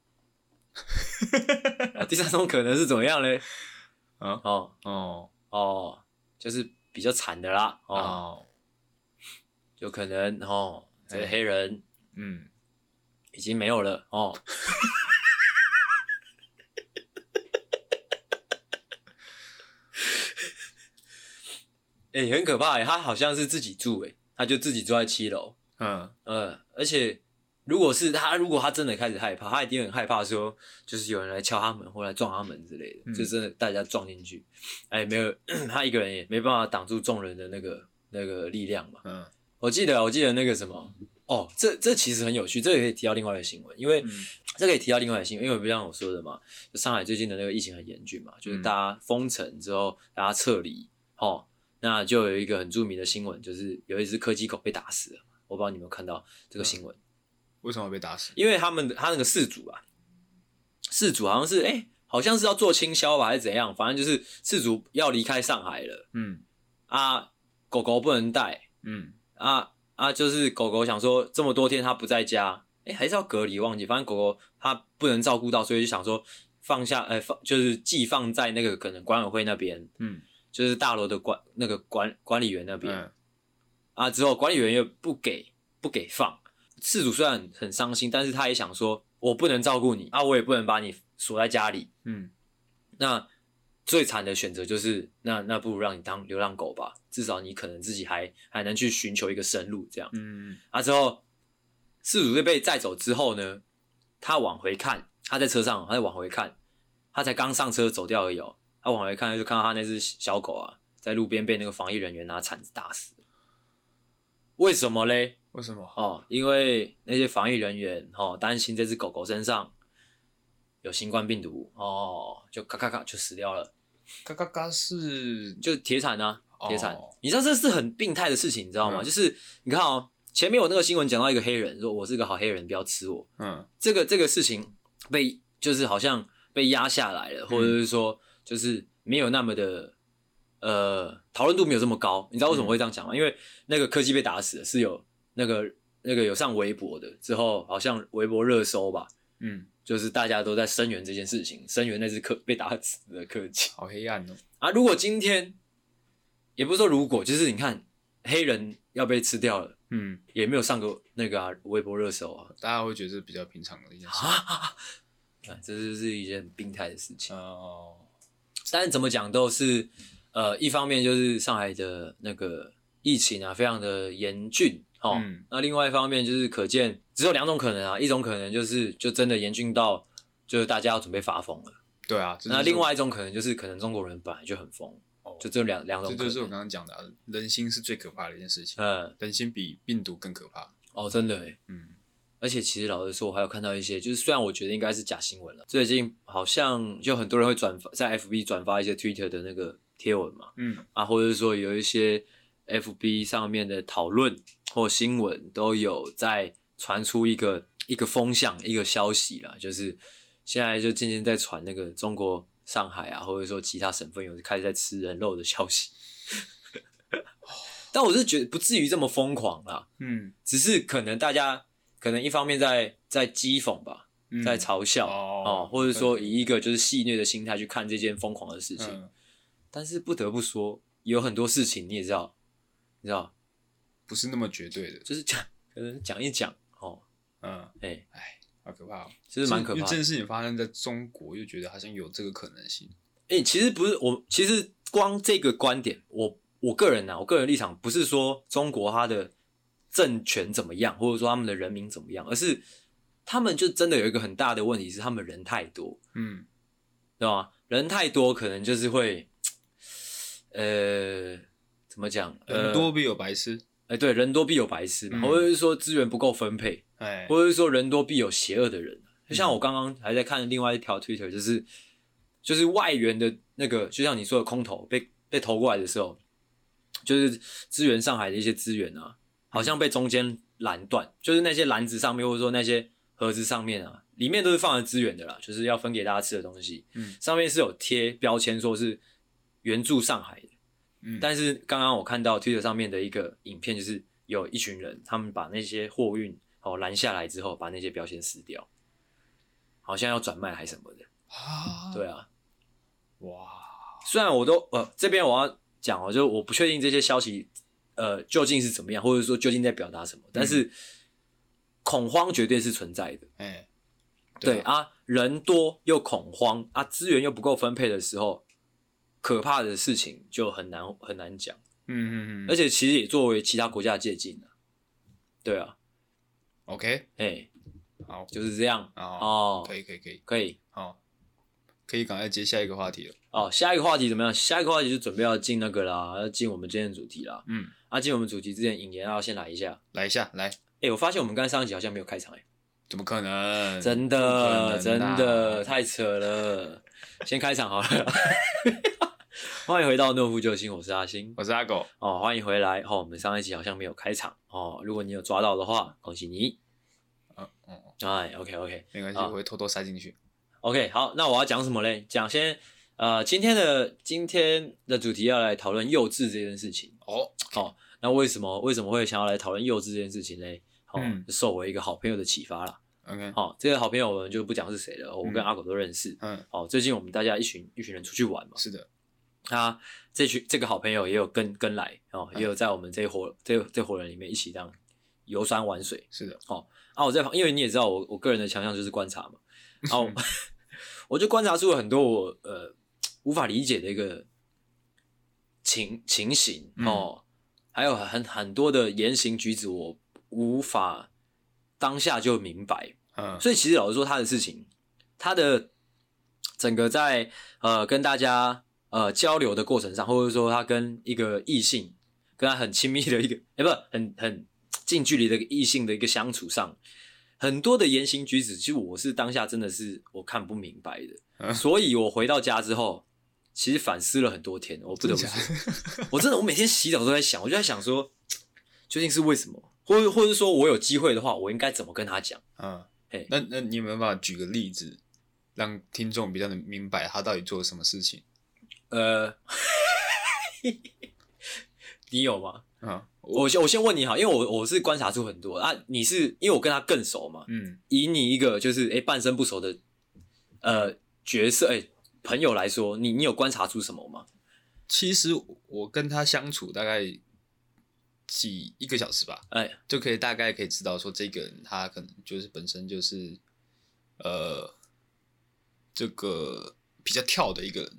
Speaker 2: 啊第三种可能是怎么样嘞？
Speaker 1: 啊
Speaker 2: 哦
Speaker 1: 哦
Speaker 2: 哦，就是比较惨的啦。哦，
Speaker 1: 哦，
Speaker 2: 有可能哦，这
Speaker 1: 哎
Speaker 2: 个黑人
Speaker 1: 嗯，
Speaker 2: 已经没有了哦。哎、很可怕哎、他好像是自己住哎、他就自己住在七楼，
Speaker 1: 嗯，
Speaker 2: 呃，而且如果是他，如果他真的开始害怕，他一定很害怕说，就是有人来敲他门或来撞他门之类的，
Speaker 1: 嗯
Speaker 2: 就真的大家撞进去，哎，没有 他一个人也没办法挡住众人的那个那个力量嘛。
Speaker 1: 嗯，
Speaker 2: 我记得我记得那个什么，哦，这这其实很有趣，这个可以提到另外一个新闻，因为、
Speaker 1: 嗯
Speaker 2: 这个也提到另外一个新闻，因为我不像我说的嘛，就上海最近的那个疫情很严峻嘛，就是大家封城之后，大家撤离，哦，那就有一个很著名的新闻，就是有一只柯基狗被打死了，我不知道你有没有看到这个新闻，
Speaker 1: 为什么会被打死？
Speaker 2: 因为他们他那个事主啊，事主好像是哎、好像是要做清销吧，还是怎样，反正就是事主要离开上海了
Speaker 1: 嗯
Speaker 2: 啊，狗狗不能带，
Speaker 1: 嗯
Speaker 2: 啊啊，就是狗狗想说这么多天它不在家，哎、还是要隔离，忘记，反正狗狗它不能照顾到，所以就想说放下，呃，放就是寄放在那个可能管委会那边，
Speaker 1: 嗯
Speaker 2: 就是大楼的管那个管管理员那边、
Speaker 1: 嗯
Speaker 2: 啊，之后管理员又不给不给放，事主虽然很很伤心，但是他也想说，我不能照顾你啊，我也不能把你锁在家里，
Speaker 1: 嗯，
Speaker 2: 那最惨的选择就是，那那不如让你当流浪狗吧，至少你可能自己还还能去寻求一个生路，这样。
Speaker 1: 嗯
Speaker 2: 啊，之后事主被载走之后呢，他往回看，他在车上，他在往回看，他才刚上车走掉而已、哦。他往回看，就看到他那只小狗啊，在路边被那个防疫人员拿铲子打死。为什么嘞？
Speaker 1: 为什么？
Speaker 2: 哦，因为那些防疫人员哦担心这只狗狗身上有新冠病毒哦，就咔咔咔就死掉了，
Speaker 1: 嘎嘎嘎是
Speaker 2: 就铁铲啊， 铁铲。
Speaker 1: 哦
Speaker 2: 你知道这是很病态的事情，你知道吗？
Speaker 1: 嗯
Speaker 2: 就是你看哦，前面我那个新闻讲到一个黑人说我是个好黑人，不要吃我，
Speaker 1: 嗯
Speaker 2: 这个这个事情被就是好像被压下来了，或者是说就是没有那么的呃讨论度没有这么高。你知道为什么会这样讲
Speaker 1: 嗯
Speaker 2: 吗？因为那个柯基被打死了是有那个那个有上微博的之后，好像微博热搜吧，
Speaker 1: 嗯，
Speaker 2: 就是大家都在声援这件事情，声援那只柯被打死的柯基
Speaker 1: 好黑暗哦。
Speaker 2: 啊。如果今天也不是说如果，就是你看黑人要被吃掉了，
Speaker 1: 嗯，
Speaker 2: 也没有上过那个、啊、微博热搜啊。
Speaker 1: 大家会觉得这比较平常的一件事。
Speaker 2: 啊，这就是一件很病态的事情。
Speaker 1: 哦，
Speaker 2: 但是怎么讲都是，呃，一方面就是上海的那个疫情啊，非常的严峻哦。
Speaker 1: 嗯
Speaker 2: 那另外一方面就是，可见只有两种可能啊，一种可能就是就真的严峻到就是大家要准备发疯了，
Speaker 1: 对啊，这就是
Speaker 2: 那另外一种可能就是可能中国人本来就很疯，
Speaker 1: 哦
Speaker 2: 就这两两
Speaker 1: 这
Speaker 2: 种可
Speaker 1: 就是我
Speaker 2: 能。
Speaker 1: 刚刚讲的啊，人心是最可怕的一件事情，
Speaker 2: 嗯，
Speaker 1: 人心比病毒更可怕。
Speaker 2: 哦，真的诶。
Speaker 1: 嗯
Speaker 2: 而且其实老实说，我还有看到一些，就是虽然我觉得应该是假新闻了，最近好像就很多人会转发在 FB 转发一些 Twitter 的那个贴文嘛，
Speaker 1: 嗯
Speaker 2: 啊，或者是说有一些 FB 上面的讨论或新闻都有在传出一个一个风向一个消息啦，就是现在就渐渐在传那个中国上海啊，或者说其他省份有开始在吃人肉的消息， 但我是觉得不至于这么疯狂啦，
Speaker 1: 嗯
Speaker 2: 只是可能大家可能一方面在在讥讽吧，
Speaker 1: 嗯，
Speaker 2: 在嘲笑、
Speaker 1: 哦
Speaker 2: 哦，或者说以一个就是戏谑的心态去看这件疯狂的事情。
Speaker 1: 嗯，
Speaker 2: 但是不得不说，有很多事情你也知道，你知道，
Speaker 1: 不是那么绝对的。
Speaker 2: 就是讲可能讲一讲哦，
Speaker 1: 嗯，
Speaker 2: 哎、
Speaker 1: 好可怕哦，
Speaker 2: 其实蛮可
Speaker 1: 因为
Speaker 2: 怕的
Speaker 1: 这。件事情发生在中国，又觉得好像有这个可能性。
Speaker 2: 哎、其实不是我，其实光这个观点，我我个人呢、啊，我个人立场不是说中国它的政权怎么样，或者说他们的人民怎么样，而是他们就真的有一个很大的问题是他们人太多，
Speaker 1: 嗯
Speaker 2: 对吧？人太多可能就是会，呃，怎么讲？呃呃
Speaker 1: 人多必有白痴。
Speaker 2: 哎、对，人多必有白痴嘛，
Speaker 1: 嗯
Speaker 2: 或者是说资源不够分配，
Speaker 1: 哎，
Speaker 2: 或者是说人多必有邪恶的人。就像我刚刚还在看另外一条 Twitter，就是就是外援的那个，就像你说的空投被被投过来的时候，就是支援上海的一些资源啊，好像被中间拦断，就是那些篮子上面或者说那些盒子上面啊，里面都是放了资源的啦，就是要分给大家吃的东西，
Speaker 1: 嗯
Speaker 2: 上面是有贴标签说是援助上海的。
Speaker 1: 嗯
Speaker 2: 但是刚刚我看到 Twitter 上面的一个影片，就是有一群人，他们把那些货运哦拦下来之后，把那些标签撕掉，好像要转卖还是什么的。
Speaker 1: 啊，
Speaker 2: 对啊，
Speaker 1: 哇，
Speaker 2: 虽然我都呃这边我要讲哦，就我不确定这些消息呃究竟是怎么样，或者说究竟在表达什么，但是恐慌绝对是存在的。
Speaker 1: 哎，
Speaker 2: 对
Speaker 1: 啊，
Speaker 2: 啊，人多又恐慌啊，资源又不够分配的时候，可怕的事情就很难很难讲。
Speaker 1: 嗯嗯嗯，
Speaker 2: 而
Speaker 1: 且
Speaker 2: 且其实也作为其他国家的借鉴啊。对啊，
Speaker 1: OK，
Speaker 2: 哎、
Speaker 1: 好，
Speaker 2: 就是这样
Speaker 1: 好，
Speaker 2: 哦，
Speaker 1: 可以可以可以，
Speaker 2: 可以
Speaker 1: 好，可以赶快接下一个话题了。
Speaker 2: 哦。下一个话题怎么样？下一个话题就准备要进那个啦，要进我们今天的主题啦。
Speaker 1: 嗯，
Speaker 2: 啊，进我们主题之前，引言要先来一下。
Speaker 1: 来一下，来，
Speaker 2: 哎、我发现我们刚才上一集好像没有开场哎、
Speaker 1: 怎么可能？啊
Speaker 2: 真的真的，太扯了，先开场好了。 欢迎回到《诺夫救星》，我是阿星
Speaker 1: 我是阿狗，
Speaker 2: 哦，欢迎回来哦。我们上一集好像没有开场哦，如果你有抓到的话，恭喜你。
Speaker 1: 嗯嗯，
Speaker 2: 哎，OK OK，
Speaker 1: 没关系，
Speaker 2: 啊
Speaker 1: 我会偷偷塞进去。
Speaker 2: OK，好，那我要讲什么嘞？讲先，呃，今天的今天的主题要来讨论幼稚这件事情。
Speaker 1: 哦，
Speaker 2: 那为什么为什么会想要来讨论幼稚这件事情嘞？好、哦
Speaker 1: 嗯，
Speaker 2: 受我一个好朋友的启发啦。
Speaker 1: OK，
Speaker 2: 好、这个好朋友我们就不讲是谁了，我跟
Speaker 1: 嗯
Speaker 2: 阿狗都认识。
Speaker 1: 嗯，
Speaker 2: 哦，最近我们大家一群一群人出去玩嘛，
Speaker 1: 是的，
Speaker 2: 他这群这个好朋友也有跟跟来哦，
Speaker 1: 嗯
Speaker 2: 也有在我们这一伙这这伙人里面一起这样游山玩水。
Speaker 1: 是的，
Speaker 2: 啊，我在旁，因为你也知道我我个人的强项就是观察嘛，然后我就观察出了很多我呃无法理解的一个情情形
Speaker 1: 嗯
Speaker 2: 哦，还有很很多的言行举止我无法当下就明白，
Speaker 1: 嗯，
Speaker 2: 所以其实老实说他的事情，他的整个在呃跟大家呃交流的过程上，或者说他跟一个异性跟他很亲密的一个， 哎、不，很很近距离的一个异性的一个相处上，很多的言行举止，其实我是当下真的是我看不明白的，
Speaker 1: 嗯
Speaker 2: 所以我回到家之后，其实反思了很多天，我不得不
Speaker 1: 真假
Speaker 2: 说，我真的我每天洗澡都在想，我就在想说，究竟是为什么，或者或者说我有机会的话，我应该怎么跟他讲？
Speaker 1: 嗯
Speaker 2: 嘿，
Speaker 1: 那那你有没有办法举个例子，让听众比较能明白他到底做了什么事情？
Speaker 2: 呃， 你有吗？
Speaker 1: 嗯，
Speaker 2: 我先我先问你好，因为我我是观察出很多啊，你是因为我跟他更熟嘛，
Speaker 1: 嗯
Speaker 2: 以你一个就是诶半生不熟的呃角色诶朋友来说，你你有观察出什么吗？
Speaker 1: 其实我跟他相处大概几一个小时吧，
Speaker 2: 哎
Speaker 1: 就可以大概可以知道说这个人他可能就是本身就是呃这个比较跳的一个人，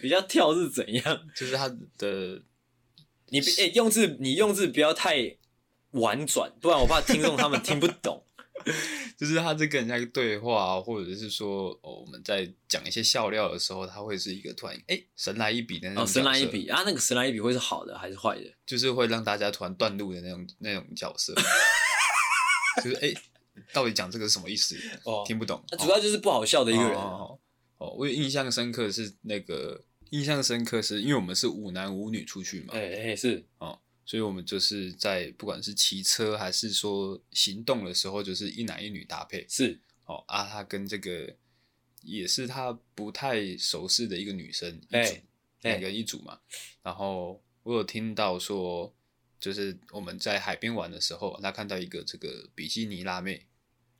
Speaker 2: 比较跳是怎样？
Speaker 1: 就是他的
Speaker 2: 你诶用字你用字不要太婉转，不然我怕听众他 们听不懂。
Speaker 1: 就是他在跟人家对话，或者是说哦我们在讲一些笑料的时候，他会是一个突然哎、神来一笔的那种
Speaker 2: 哦，神来一
Speaker 1: 角色
Speaker 2: 笔啊，那个神来一笔会是好的还是坏的？
Speaker 1: 就是会让大家突然断路的那种那种角 色，就是哎、诶到底讲这个是什么意思？
Speaker 2: 哦
Speaker 1: 听不懂。
Speaker 2: 那主要就是不好笑的
Speaker 1: 的
Speaker 2: 一个人啊。
Speaker 1: 哦哦哦我有印象深刻的是那个印象深刻是因为我们是五男五女出去嘛，
Speaker 2: 哎哎是，
Speaker 1: 所以我们就是在不管是骑车还是说行动的时候，就是一男一女搭配。
Speaker 2: 是
Speaker 1: 哦啊，他跟这个也是他不太熟识的一个女生一
Speaker 2: 哎
Speaker 1: 组，两、
Speaker 2: 哎
Speaker 1: 个人一组嘛。然后我有听到说，就是我们在海边玩的时候，他看到一个这个比基尼辣妹，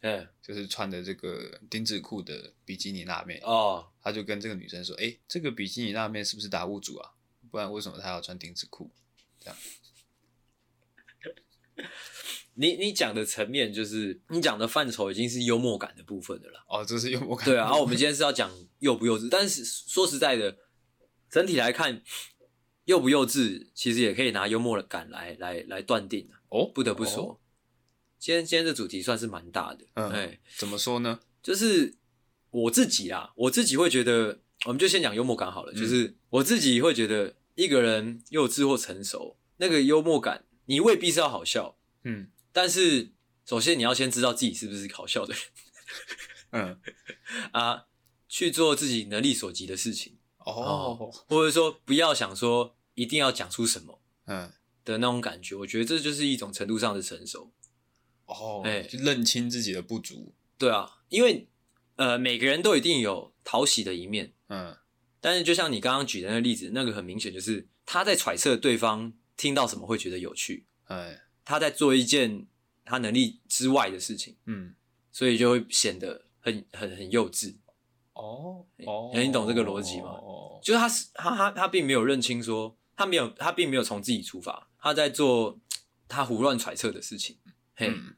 Speaker 2: 嗯
Speaker 1: 就是穿的这个丁字裤的比基尼辣妹，
Speaker 2: 哦。
Speaker 1: 他就跟这个女生说：“哎、这个比基尼辣妹是不是达悟主啊？不然为什么她要穿丁字裤？”
Speaker 2: 你你讲的层面就是你讲的范畴已经是幽默感的部分的了。
Speaker 1: 哦，这是幽默感。
Speaker 2: 对 啊，然后我们今天是要讲幼不幼稚，但是说实在的，整体来看，幼不幼稚其实也可以拿幽默感来来来断定的。
Speaker 1: 哦，
Speaker 2: 不得不说，
Speaker 1: 哦
Speaker 2: 今天今天这主题算是蛮大的。
Speaker 1: 嗯
Speaker 2: 哎，
Speaker 1: 怎么说呢？
Speaker 2: 就是我自己啦，我自己会觉得，我们就先讲幽默感好了。
Speaker 1: 嗯
Speaker 2: 就是我自己会觉得，一个人幼稚或成熟，那个幽默感，你未必是要好笑，
Speaker 1: 嗯
Speaker 2: 但是首先你要先知道自己是不是好笑的 人
Speaker 1: 嗯，
Speaker 2: 啊，去做自己能力所及的事情，啊
Speaker 1: 哦，
Speaker 2: 或者说不要想说一定要讲出什么
Speaker 1: 嗯
Speaker 2: 的那种感觉。我觉得这就是一种程度上的成熟。
Speaker 1: 哦，
Speaker 2: 哎
Speaker 1: 就认清自己的不足，
Speaker 2: 对啊，因为呃，每个人都一定有讨喜的一面，
Speaker 1: 嗯
Speaker 2: 但是就像你刚刚举的那个例子，那个很明显就是他在揣测对方听到什么会觉得有趣，
Speaker 1: 哎
Speaker 2: 他在做一件他能力之外的事情，
Speaker 1: 嗯，
Speaker 2: 所以就会显得很很很幼稚。
Speaker 1: 哦哦，
Speaker 2: 哎你懂这个逻辑吗
Speaker 1: 哦，
Speaker 2: 就是他是他他他并没有认清说他没有他并没有从自己出发，他在做他胡乱揣测的事情。嘿，
Speaker 1: 嗯，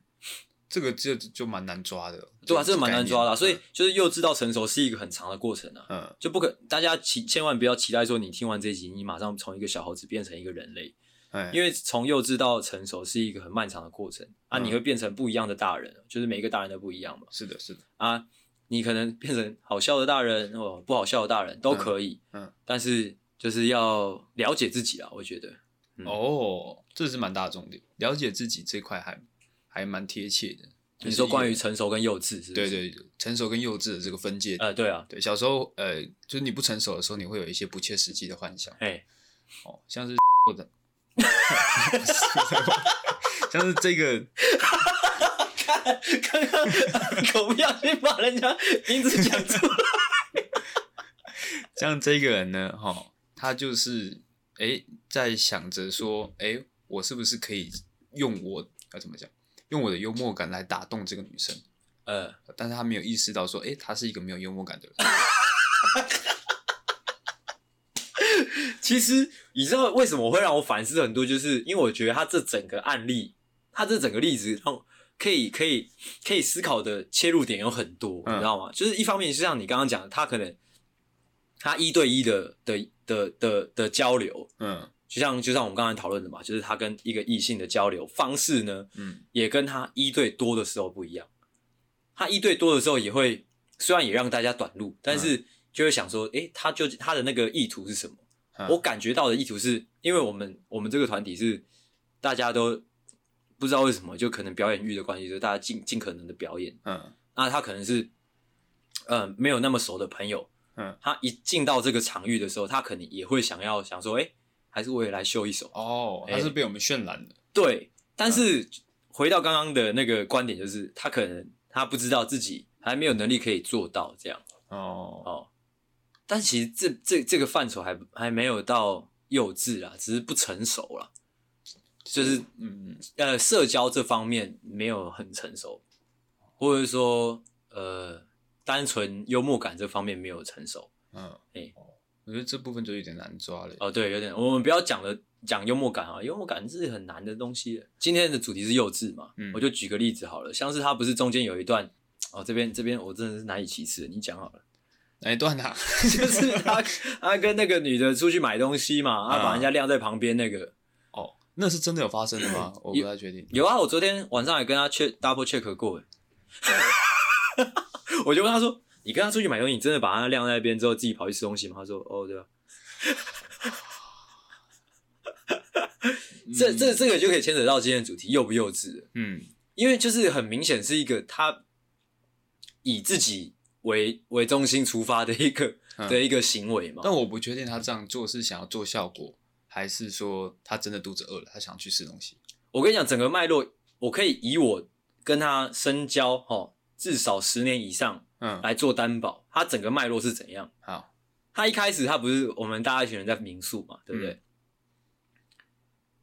Speaker 1: 这个就就蛮难抓的，
Speaker 2: 对啊，这
Speaker 1: 个
Speaker 2: 个蛮难抓的啊、
Speaker 1: 概念
Speaker 2: 所以就是幼稚到成熟是一个很长的过程啊。
Speaker 1: 嗯
Speaker 2: 就不可，大家期千万不要期待说你听完这一集，你马上从一个小猴子变成一个人类，
Speaker 1: 哎，
Speaker 2: 因为从幼稚到成熟是一个很漫长的过程啊，
Speaker 1: 嗯
Speaker 2: 你会变成不一样的大人，就是每一个大人都不一样嘛
Speaker 1: 是的是的，
Speaker 2: 啊，你可能变成好笑的大人哦，不好笑的大人都可以，
Speaker 1: 嗯嗯
Speaker 2: 但是就是要了解自己啊，我觉得，嗯
Speaker 1: 哦，这是蛮大的重点，了解自己这块还还蛮贴切的。就是
Speaker 2: 你说关于
Speaker 1: 一个
Speaker 2: 成熟跟幼稚是不
Speaker 1: 对，
Speaker 2: 是？
Speaker 1: 对成熟跟幼稚的这个分界，
Speaker 2: 呃，对啊，
Speaker 1: 对小时候呃，就是你不成熟的时候，你会有一些不切实际的幻想，
Speaker 2: 哎，
Speaker 1: 哦，像是或者，像是这个
Speaker 2: 刚刚我不小心把人家名字讲出来，
Speaker 1: 像这个人呢，哈、他就是诶在想着说，诶，我是不是可以用我要怎么讲，用我的幽默感来打动这个女生？
Speaker 2: 呃，
Speaker 1: 但是他没有意识到说，诶，他是一个没有幽默感的人。
Speaker 2: 其实你知道为什么会让我反思很多，就是因为我觉得他这整个案例，他这整个例子让我可以可以可以思考的切入点有很多，
Speaker 1: 嗯
Speaker 2: 你知道吗？就是一方面是像你刚刚讲的，他可能他一对一的的的的的交流，
Speaker 1: 嗯
Speaker 2: 就像就像我们刚才讨论的嘛，就是他跟一个异性的交流方式呢，
Speaker 1: 嗯
Speaker 2: 也跟他一对多的时候不一样。他一对多的时候也会，虽然也让大家短路，但是就会想说，诶、他究竟他的那个意图是什么？
Speaker 1: 嗯
Speaker 2: 我感觉到的意图是，因为我们我们这个团体是大家都不知道为什么，就可能表演欲的关系，就大家尽尽可能的表演。
Speaker 1: 嗯
Speaker 2: 那他可能是，呃，没有那么熟的朋友，
Speaker 1: 嗯，
Speaker 2: 他一进到这个场域的时候，他可能也会想要想说，诶、还是我也来秀一手。
Speaker 1: 哦，他是被我们渲染的。
Speaker 2: 对，但是回到刚刚的那个观点，就是他可能他不知道自己还没有能力可以做到这样
Speaker 1: 哦，
Speaker 2: 哦。但其实这这这个范畴还还没有到幼稚啦，只是不成熟啦，就是
Speaker 1: 嗯，
Speaker 2: 呃社交这方面没有很成熟，或者说呃单纯幽默感这方面没有成熟。
Speaker 1: 嗯，
Speaker 2: 哎
Speaker 1: 我觉得这部分就有点难抓了。
Speaker 2: 哦，对，有点我们不要讲了，讲幽默感啊，幽默感是很难的东西。今天的主题是幼稚嘛，
Speaker 1: 嗯
Speaker 2: 我就举个例子好了，像是他不是中间有一段，哦，这边这边我真的是难以启齿，你讲好了，
Speaker 1: 哪一段啊？
Speaker 2: 就是他他跟那个女的出去买东西嘛，啊他把人家晾在旁边那个，
Speaker 1: 哦，那是真的有发生的 吗？我不太确定。
Speaker 2: 有啊，我昨天晚上也跟他 check double check 过，哎 我就问他说，你跟他出去买东西，你真的把他晾在那边之后自己跑去吃东西吗？他说，哦，对啊。这这这个就可以牵扯到今天的主题幼不幼稚了
Speaker 1: 嗯
Speaker 2: 因为就是很明显是一个他以自己为为中心出发的一个、
Speaker 1: 嗯
Speaker 2: 的一个行为嘛。
Speaker 1: 但我不确定他这样做是想要做效果，还是说他真的肚子饿了，他想去吃东西。
Speaker 2: 我跟你讲，整个脉络，我可以以我跟他深交哦，至少十年以上
Speaker 1: 嗯，
Speaker 2: 来做担保，他整个脉络是怎样？
Speaker 1: 好，
Speaker 2: 他一开始他不是我们大家一群人在民宿嘛，对不对？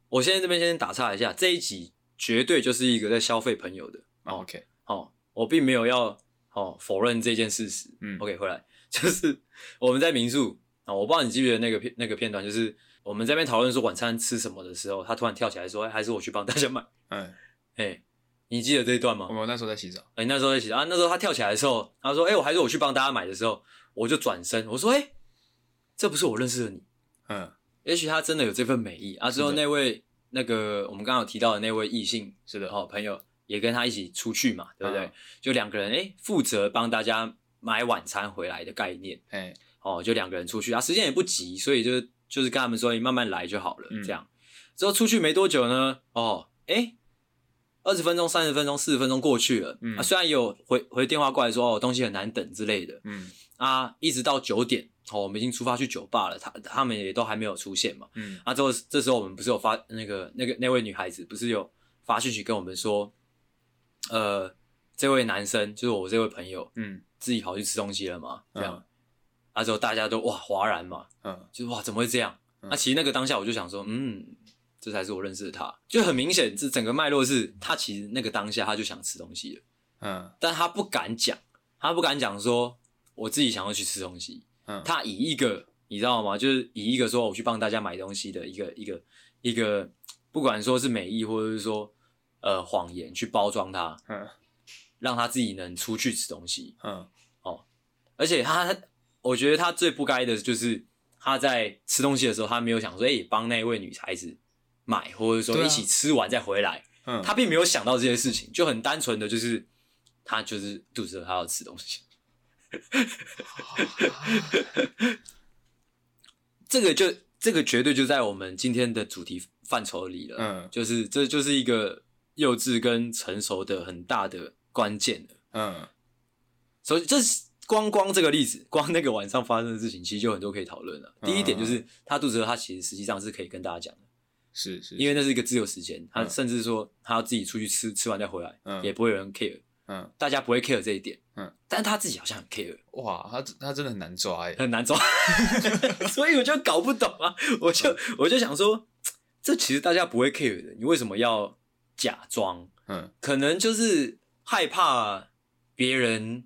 Speaker 2: 我现在这边先打岔一下，这一集绝对就是一个在消费朋友的。
Speaker 1: 那 OK，
Speaker 2: 哦，我并没有要哦否认这件事实。
Speaker 1: 嗯
Speaker 2: ，OK，回来 就是我们在民宿啊、哦我不知道你记不记得那个片那个片段，就是我们在那边讨论说晚餐吃什么的时候，他突然跳起来说，哎还是我去帮大家买。
Speaker 1: 嗯，
Speaker 2: 哎、你记得这一段吗
Speaker 1: 我？们那时候在洗澡，
Speaker 2: 哎、那时候在一起啊，那时候他跳起来的时候，他说，哎、我还是我去帮大家买的时候，我就转身我说，哎、这不是我认识的你，
Speaker 1: 嗯，
Speaker 2: 也许他真的有这份美意啊。之后
Speaker 1: 是的
Speaker 2: 那位那个我们刚刚有提到的那位异性
Speaker 1: 是的，
Speaker 2: 好朋友也跟他一起出去嘛，对不对？
Speaker 1: 嗯
Speaker 2: 就两个人哎，负责帮大家买晚餐回来的概念
Speaker 1: 哎，
Speaker 2: 哦哦，就两个人出去啊，时间也不急，所以就就是跟他们说你慢慢来就好了，
Speaker 1: 嗯
Speaker 2: 这样。之后出去没多久呢，哦，哎，二十分钟、三十分钟、四十分钟过去了，
Speaker 1: 嗯
Speaker 2: 啊，虽然有回回电话过来说哦东西很难等之类的，
Speaker 1: 嗯
Speaker 2: 啊，一直到九点，哦，我们已经出发去酒吧了，他他们也都还没有出现嘛。
Speaker 1: 嗯
Speaker 2: 啊，之后这时候我们不是有发那个那个那位女孩子不是有发讯息跟我们说，呃，这位男生就是我这位朋友
Speaker 1: 嗯
Speaker 2: 自己跑去吃东西了嘛，这样，
Speaker 1: 嗯
Speaker 2: 啊之后大家都哇哗然嘛，
Speaker 1: 嗯
Speaker 2: 就是哇怎么会这样？那、
Speaker 1: 嗯
Speaker 2: 其实那个当下我就想说，嗯，这才是我认识的他，就很明显，这整个脉络是他其实那个当下他就想吃东西了。
Speaker 1: 嗯
Speaker 2: 但他不敢讲，他不敢讲说我自己想要去吃东西。
Speaker 1: 嗯
Speaker 2: 他以一个你知道吗？就是以一个说我去帮大家买东西的一个一个一个，不管说是美意或者是说呃谎言去包装他，
Speaker 1: 嗯
Speaker 2: 让他自己能出去吃东西。
Speaker 1: 嗯
Speaker 2: 而且他，我觉得他最不该的就是他在吃东西的时候，他没有想说，哎、帮那位女孩子买，或者说
Speaker 1: 对啊
Speaker 2: 一起吃完再回来。
Speaker 1: 嗯，
Speaker 2: 他并没有想到这些事情，就很单纯的就是他就是肚子饿，他要吃东西。这个就这个绝对就在我们今天的主题范畴里了，
Speaker 1: 嗯
Speaker 2: 就是这就是一个幼稚跟成熟的很大的关键了。
Speaker 1: 嗯
Speaker 2: 所以这是光光这个例子，光那个晚上发生的事情，其实就有很多可以讨论了。第一点
Speaker 1: 嗯
Speaker 2: 就是他肚子饿，他其实实际上是可以跟大家讲的。
Speaker 1: 是是，
Speaker 2: 因
Speaker 1: 为
Speaker 2: 为那是一个自由时间，他
Speaker 1: 嗯
Speaker 2: 甚至说他要自己出去吃，吃完再回来，
Speaker 1: 嗯
Speaker 2: 也不会有人 care，
Speaker 1: 嗯，
Speaker 2: 大家不会 care 这一点，
Speaker 1: 嗯，
Speaker 2: 但他自己好像很 care，
Speaker 1: 哇，他他真的很难抓哎，
Speaker 2: 很难抓， 所以我就搞不懂啊，我就
Speaker 1: 嗯
Speaker 2: 我就想说，这其实大家不会 care 的，你为什么要假装？
Speaker 1: 嗯
Speaker 2: 可能就是害怕别人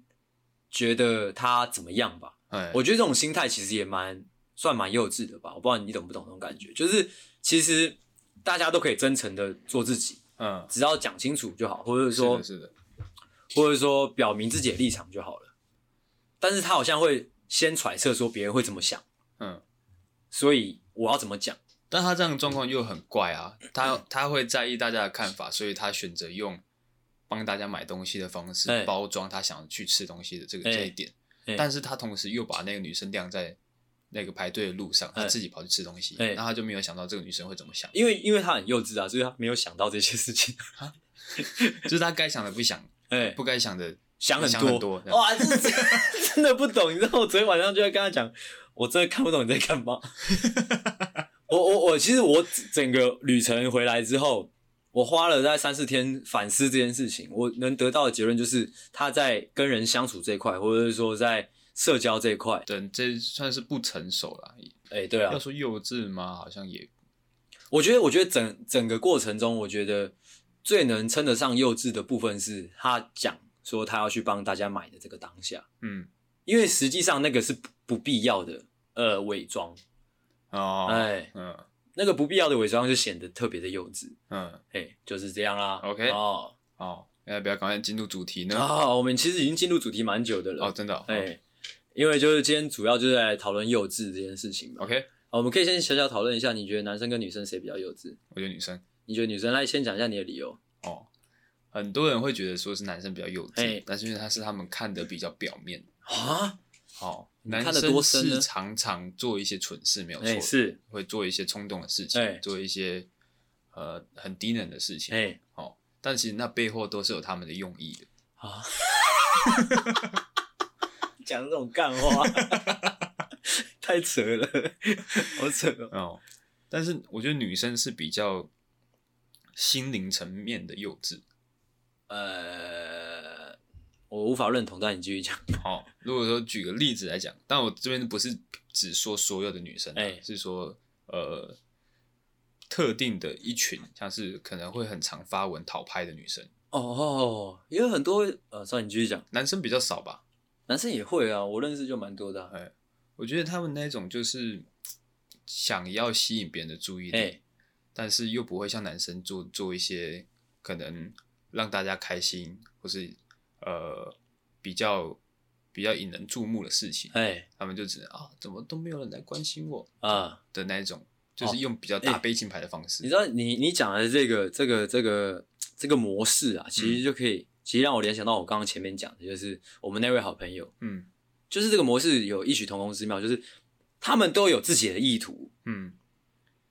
Speaker 2: 觉得他怎么样吧，
Speaker 1: 哎，
Speaker 2: 我觉得这种心态其实也蛮算蛮幼稚的吧，我不知道你懂不懂那种感觉，就是其实大家都可以真诚的做自己，
Speaker 1: 嗯
Speaker 2: 只要讲清楚就好，或者
Speaker 1: 是
Speaker 2: 说
Speaker 1: 的是的，
Speaker 2: 或者说表明自己的立场就好了。但是他好像会先揣测说别人会怎么想，
Speaker 1: 嗯，
Speaker 2: 所以我要怎么讲？
Speaker 1: 但他这样的状况又很怪啊，
Speaker 2: 嗯
Speaker 1: 他他会在意大家的看法，所以他选择用帮大家买东西的方式
Speaker 2: 哎
Speaker 1: 包装他想去吃东西的这个
Speaker 2: 哎
Speaker 1: 这一点
Speaker 2: 哎，
Speaker 1: 但是他同时又把那个女生晾在那个排队的路上，他
Speaker 2: 哎
Speaker 1: 自己跑去吃东西，
Speaker 2: 哎
Speaker 1: 那他就没有想到这个女生会怎么想，
Speaker 2: 因为因为他很幼稚啊，所以他没有想到这些事情，
Speaker 1: 就是他该想的不想，
Speaker 2: 哎、
Speaker 1: 不该想的
Speaker 2: 想很
Speaker 1: 想
Speaker 2: 多，
Speaker 1: 很多这样
Speaker 2: 哇，这真真的不懂。你知道，我昨天晚上就在跟他讲，我真的看不懂你在 干嘛。我我我，其实我整个旅程回来之后，我花了大概三四天反思这件事情。我能得到的结论就是，他在跟人相处这一块，或者是说在社交这一块，
Speaker 1: 对，这算是不成熟啦。
Speaker 2: 哎、对啊
Speaker 1: 要，说幼稚吗？好像也
Speaker 2: 我觉得，我觉得整整个过程中，我觉得最能称得上幼稚的部分是他讲说他要去帮大家买的这个当下。
Speaker 1: 嗯
Speaker 2: 因为实际上那个是不不必要的呃伪装，
Speaker 1: 哦，
Speaker 2: 哎
Speaker 1: 嗯
Speaker 2: 那个不必要的伪装就显得特别的幼稚，
Speaker 1: 嗯
Speaker 2: 哎，就是这样啦。
Speaker 1: OK
Speaker 2: 哦，
Speaker 1: 哦，要不要赶快进入主题呢？
Speaker 2: 啊，我们其实已经进入主题蛮久的了，
Speaker 1: 哦，真的哦、
Speaker 2: 哎，因为就是今天主要就是来讨论幼稚这件事情嘛。
Speaker 1: 哦 OK，
Speaker 2: 好我们可以先小小讨论一下，你觉得男生跟女生谁比较幼稚？
Speaker 1: 我觉得女生
Speaker 2: 你觉得女生来先讲一下你的理由？
Speaker 1: 哦，很多人会觉得说是男生比较幼稚
Speaker 2: 哎，
Speaker 1: 但是因为他是他们看的比较表面，
Speaker 2: 啊，
Speaker 1: 哦，
Speaker 2: 你们
Speaker 1: 男
Speaker 2: 看得
Speaker 1: 生
Speaker 2: 多深呢
Speaker 1: 是常常做一些蠢事，没有错，
Speaker 2: 哎是，
Speaker 1: 会做一些冲动的事情，
Speaker 2: 哎
Speaker 1: 做一些呃很低能的事情，
Speaker 2: 哎
Speaker 1: 哦，但其实那背后都是有他们的用意的。
Speaker 2: 啊， 讲这种干话， 太扯了，好扯哦。
Speaker 1: 哦，但是我觉得女生是比较心灵层面的幼稚。
Speaker 2: 呃，我无法认同，但你继续讲。
Speaker 1: 好、如果说举个例子来讲，但我这边不是只说所有的女生、啊，
Speaker 2: 哎
Speaker 1: 是说呃特定的一群，像是可能会很常发文讨拍的女生，
Speaker 2: 哦哦，也有很多呃，算了你继续讲，
Speaker 1: 男生比较少吧。
Speaker 2: 男生也会啊，我认识就蛮多的啊、
Speaker 1: 哎我觉得他们那种就是想要吸引别人的注意力，
Speaker 2: 哎
Speaker 1: 但是又不会像男生做做一些可能让大家开心或是呃比较比较引人注目的事情，
Speaker 2: 哎
Speaker 1: 他们就只能啊怎么都没有人来关心我
Speaker 2: 啊，
Speaker 1: 的那一种，就是用比较
Speaker 2: 哎
Speaker 1: 大悲情牌的方式。
Speaker 2: 你知道你你讲的这个这个这个这个模式啊，其实就可以，其实让我联想到我刚刚前面讲的，就是我们那位好朋友，
Speaker 1: 嗯
Speaker 2: 就是这个模式有异曲同工之妙，就是他们都有自己的意图，
Speaker 1: 嗯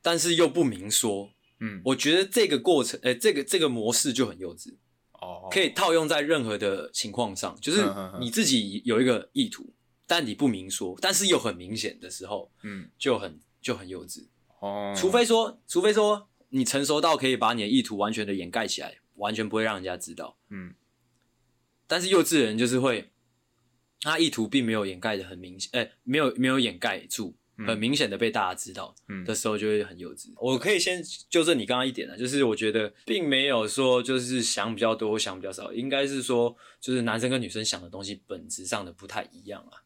Speaker 2: 但是又不明说，
Speaker 1: 嗯，
Speaker 2: 我觉得这个过程，呃，这个这个模式就很幼稚，
Speaker 1: 哦，
Speaker 2: 可以套用在任何的情况上，就是
Speaker 1: 嗯嗯嗯
Speaker 2: 你自己有一个意图，但你不明说，但是又很明显的时候，
Speaker 1: 嗯，
Speaker 2: 就很就很幼稚。
Speaker 1: 哦，
Speaker 2: 除非说，除非说你成熟到可以把你的意图完全的掩盖起来，完全不会让人家知道。
Speaker 1: 嗯
Speaker 2: 但是幼稚的人就是会，他意图并没有掩盖的很明显，哎、没有没有掩盖住，
Speaker 1: 嗯
Speaker 2: 很明显的被大家知道
Speaker 1: 嗯
Speaker 2: 的时候就会很幼稚。我可以先纠正你刚刚一点啊，就是我觉得并没有说就是想比较多，或想比较少，应该是说就是男生跟女生想的东西本质上的不太一样啊。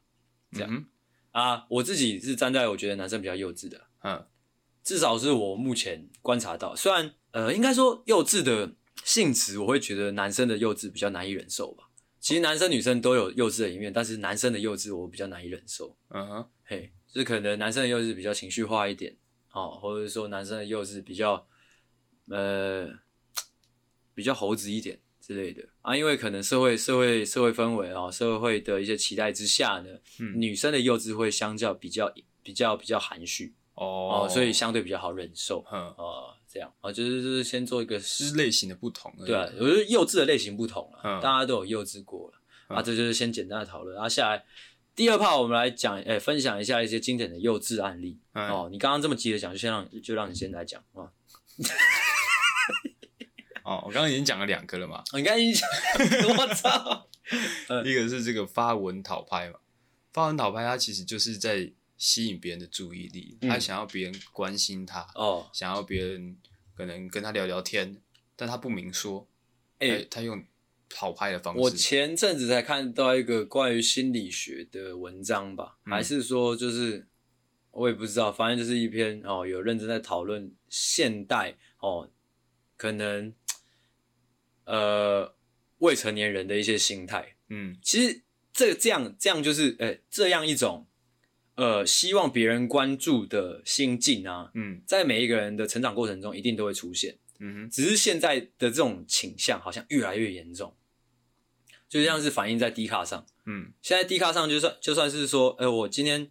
Speaker 2: 这样
Speaker 1: 嗯
Speaker 2: 啊，我自己是站在我觉得男生比较幼稚的，
Speaker 1: 哼嗯
Speaker 2: 至少是我目前观察到，虽然呃，应该说幼稚的性质，我会觉得男生的幼稚比较难以忍受吧。其实男生女生都有幼稚的一面，但是男生的幼稚我比较难以忍受。
Speaker 1: 嗯哼，
Speaker 2: 嘿，就是可能男生的幼稚比较情绪化一点，哦，或者说男生的幼稚比较呃比较猴子一点之类的啊，因为可能社会社会社会氛围哦，社会的一些期待之下呢，
Speaker 1: 嗯
Speaker 2: 女生的幼稚会相较比较比较比较含蓄
Speaker 1: 哦
Speaker 2: 哦，所以相对比较好忍受。
Speaker 1: 哼
Speaker 2: 哦，这样哦，就是就是先做一个
Speaker 1: 只
Speaker 2: 是
Speaker 1: 是类型的不同而已，
Speaker 2: 对啊，我觉得幼稚的类型不同了，
Speaker 1: 嗯
Speaker 2: 大家都有幼稚过了、啊，
Speaker 1: 嗯
Speaker 2: 这就是先简单的讨论。然、后下来第二 part 我们来讲，哎、分享一下一些经典的幼稚案例。
Speaker 1: 哎
Speaker 2: 哦，你刚刚这么急着讲，就先让就让你先来讲啊。
Speaker 1: 哦，我刚刚已经讲了两个了嘛，
Speaker 2: 你刚一讲，我操！
Speaker 1: 一个是这个发文讨拍嘛，发文讨拍，他其实就是在吸引别人的注意力，
Speaker 2: 嗯
Speaker 1: 他想要别人关心他，
Speaker 2: 哦，
Speaker 1: 想要别人可能跟他聊聊天，但他不明说，
Speaker 2: 哎、
Speaker 1: 他他用讨拍的方
Speaker 2: 我
Speaker 1: 式，
Speaker 2: 前阵子才看到一个关于心理学的文章吧，
Speaker 1: 嗯
Speaker 2: 还是说就是我也不知道，反正就是一篇哦，有认真在讨论现代哦，可能呃未成年人的一些心态。
Speaker 1: 嗯
Speaker 2: 其实这这样这样就是呃这样一种呃希望别人关注的心境啊，
Speaker 1: 嗯
Speaker 2: 在每一个人的成长过程中一定都会出现。
Speaker 1: 嗯
Speaker 2: 只是现在的这种倾向好像越来越严重，就像是反映在低卡上。
Speaker 1: 哼嗯
Speaker 2: 现在低卡上就算就算是说，哎、我今天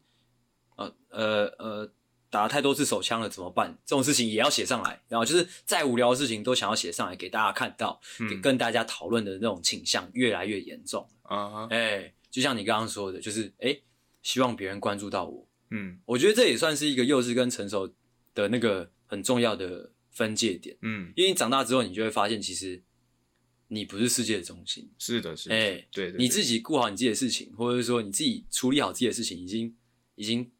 Speaker 2: 呃呃呃打了太多次手枪了怎么办？这种事情也要写上来，然后就是再无聊的事情都想要写上来给大家看到，给
Speaker 1: 嗯
Speaker 2: 跟大家讨论的那种倾向越来越严重。
Speaker 1: 啊哈
Speaker 2: 哎、就像你刚刚说的，就是哎、希望别人关注到我，
Speaker 1: 嗯
Speaker 2: 我觉得这也算是一个幼稚跟成熟的那个很重要的分界点。
Speaker 1: 嗯，
Speaker 2: 因为你长大之后，你就会发现，其实你不是世界的中心，
Speaker 1: 是的，是的，
Speaker 2: 哎
Speaker 1: 对对，
Speaker 2: 你
Speaker 1: 对
Speaker 2: 自己顾好你自己的事情，或者说你自己处理好自己的事情，已经已经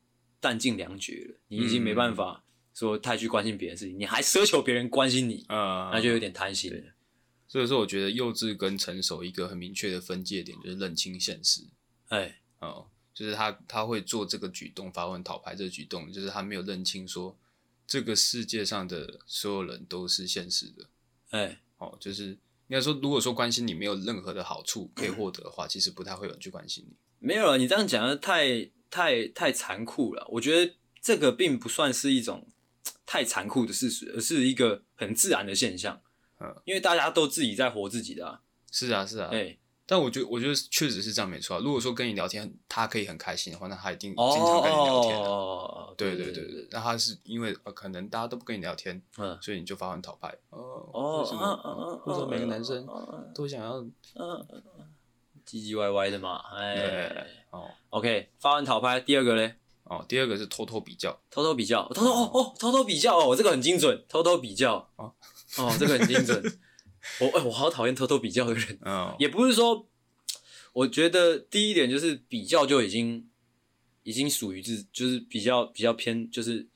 Speaker 2: 弹尽粮绝了，你已经
Speaker 1: 嗯
Speaker 2: 没办法说太去关心别人的事情，你还奢求别人关心你，
Speaker 1: 啊，
Speaker 2: 那就有点贪心了。
Speaker 1: 所以说，我觉得幼稚跟成熟一个很明确的分界点就是认清现实
Speaker 2: 哎，
Speaker 1: 哦，就是他他会做这个举动，发问讨牌这个举动，就是他没有认清说这个世界上的所有人都是现实的
Speaker 2: 哎，
Speaker 1: 哦，就是应该说，如果说关心你没有任何的好处可以获得的
Speaker 2: 嗯
Speaker 1: 话，其实不太会有人去关心你。
Speaker 2: 没有了，你这样讲的太太太残酷了。我觉得这个并不算是一种太残酷的事实，而是一个很自然的现象
Speaker 1: 嗯。
Speaker 2: 因为大家都自己在活自己的、啊，
Speaker 1: 是啊，是啊，
Speaker 2: 哎、
Speaker 1: 但我觉得我觉得确实是这样没错、啊。如果说跟你聊天，他可以很开心的话，那他一定经
Speaker 2: 哦
Speaker 1: 常跟你聊天、啊。
Speaker 2: 哦，
Speaker 1: 对
Speaker 2: 对
Speaker 1: 对对对，，那他是因为呃，可能大家都不跟你聊天，
Speaker 2: 嗯，
Speaker 1: 所以你就发文讨牌。哦
Speaker 2: 哦，
Speaker 1: 为什么
Speaker 2: 嗯
Speaker 1: 为什么每个男生
Speaker 2: 嗯
Speaker 1: 都想要
Speaker 2: 嗯嗯，唧唧歪歪的嘛，
Speaker 1: 对
Speaker 2: 哎
Speaker 1: 哦
Speaker 2: ，OK，发完讨拍，第二个嘞，
Speaker 1: 哦，第二个是偷偷比较，
Speaker 2: 偷偷比较，偷偷哦哦，偷偷比较哦，这个很精准，偷偷比较，
Speaker 1: 哦
Speaker 2: 哦，这个很精准，我哎，我好讨厌偷偷比较的人，
Speaker 1: 嗯，
Speaker 2: 也不是说，我觉得第一点就是比较就已经已经属于是就是比较比较偏就是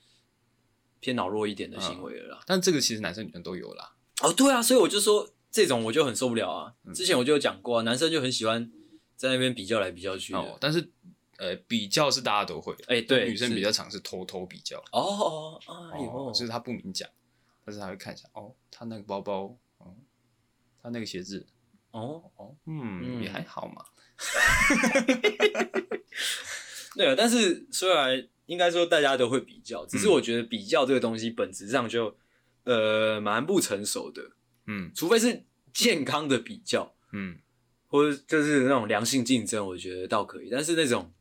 Speaker 2: 偏脑弱一点的行为了啦。
Speaker 1: 但这个其实男生女生都有啦，
Speaker 2: 哦，对啊，所以我就说这种我就很受不了啊。
Speaker 1: 嗯
Speaker 2: 之前我就有讲过、啊，男生就很喜欢在那边比较来比较去的。
Speaker 1: 哦，但是呃，比较是大家都会的，
Speaker 2: 啊哎对
Speaker 1: 女生
Speaker 2: 是
Speaker 1: 比较常是偷偷比较，
Speaker 2: 哦哦哦，哎呦，
Speaker 1: 哦，就是她不明讲，但是她会看一下，哦，她那个包包，哦，她那个鞋子，
Speaker 2: 哦，
Speaker 1: 哦，嗯，
Speaker 2: 嗯
Speaker 1: 也还好嘛，
Speaker 2: 对啊。但是虽然应该说大家都会比较，只是
Speaker 1: 嗯
Speaker 2: 我觉得比较这个东西本质上就呃蛮不成熟的，
Speaker 1: 嗯
Speaker 2: 除非是健康的比较，
Speaker 1: 嗯
Speaker 2: 或者就是那种良性竞争，我觉得倒可以。但是那种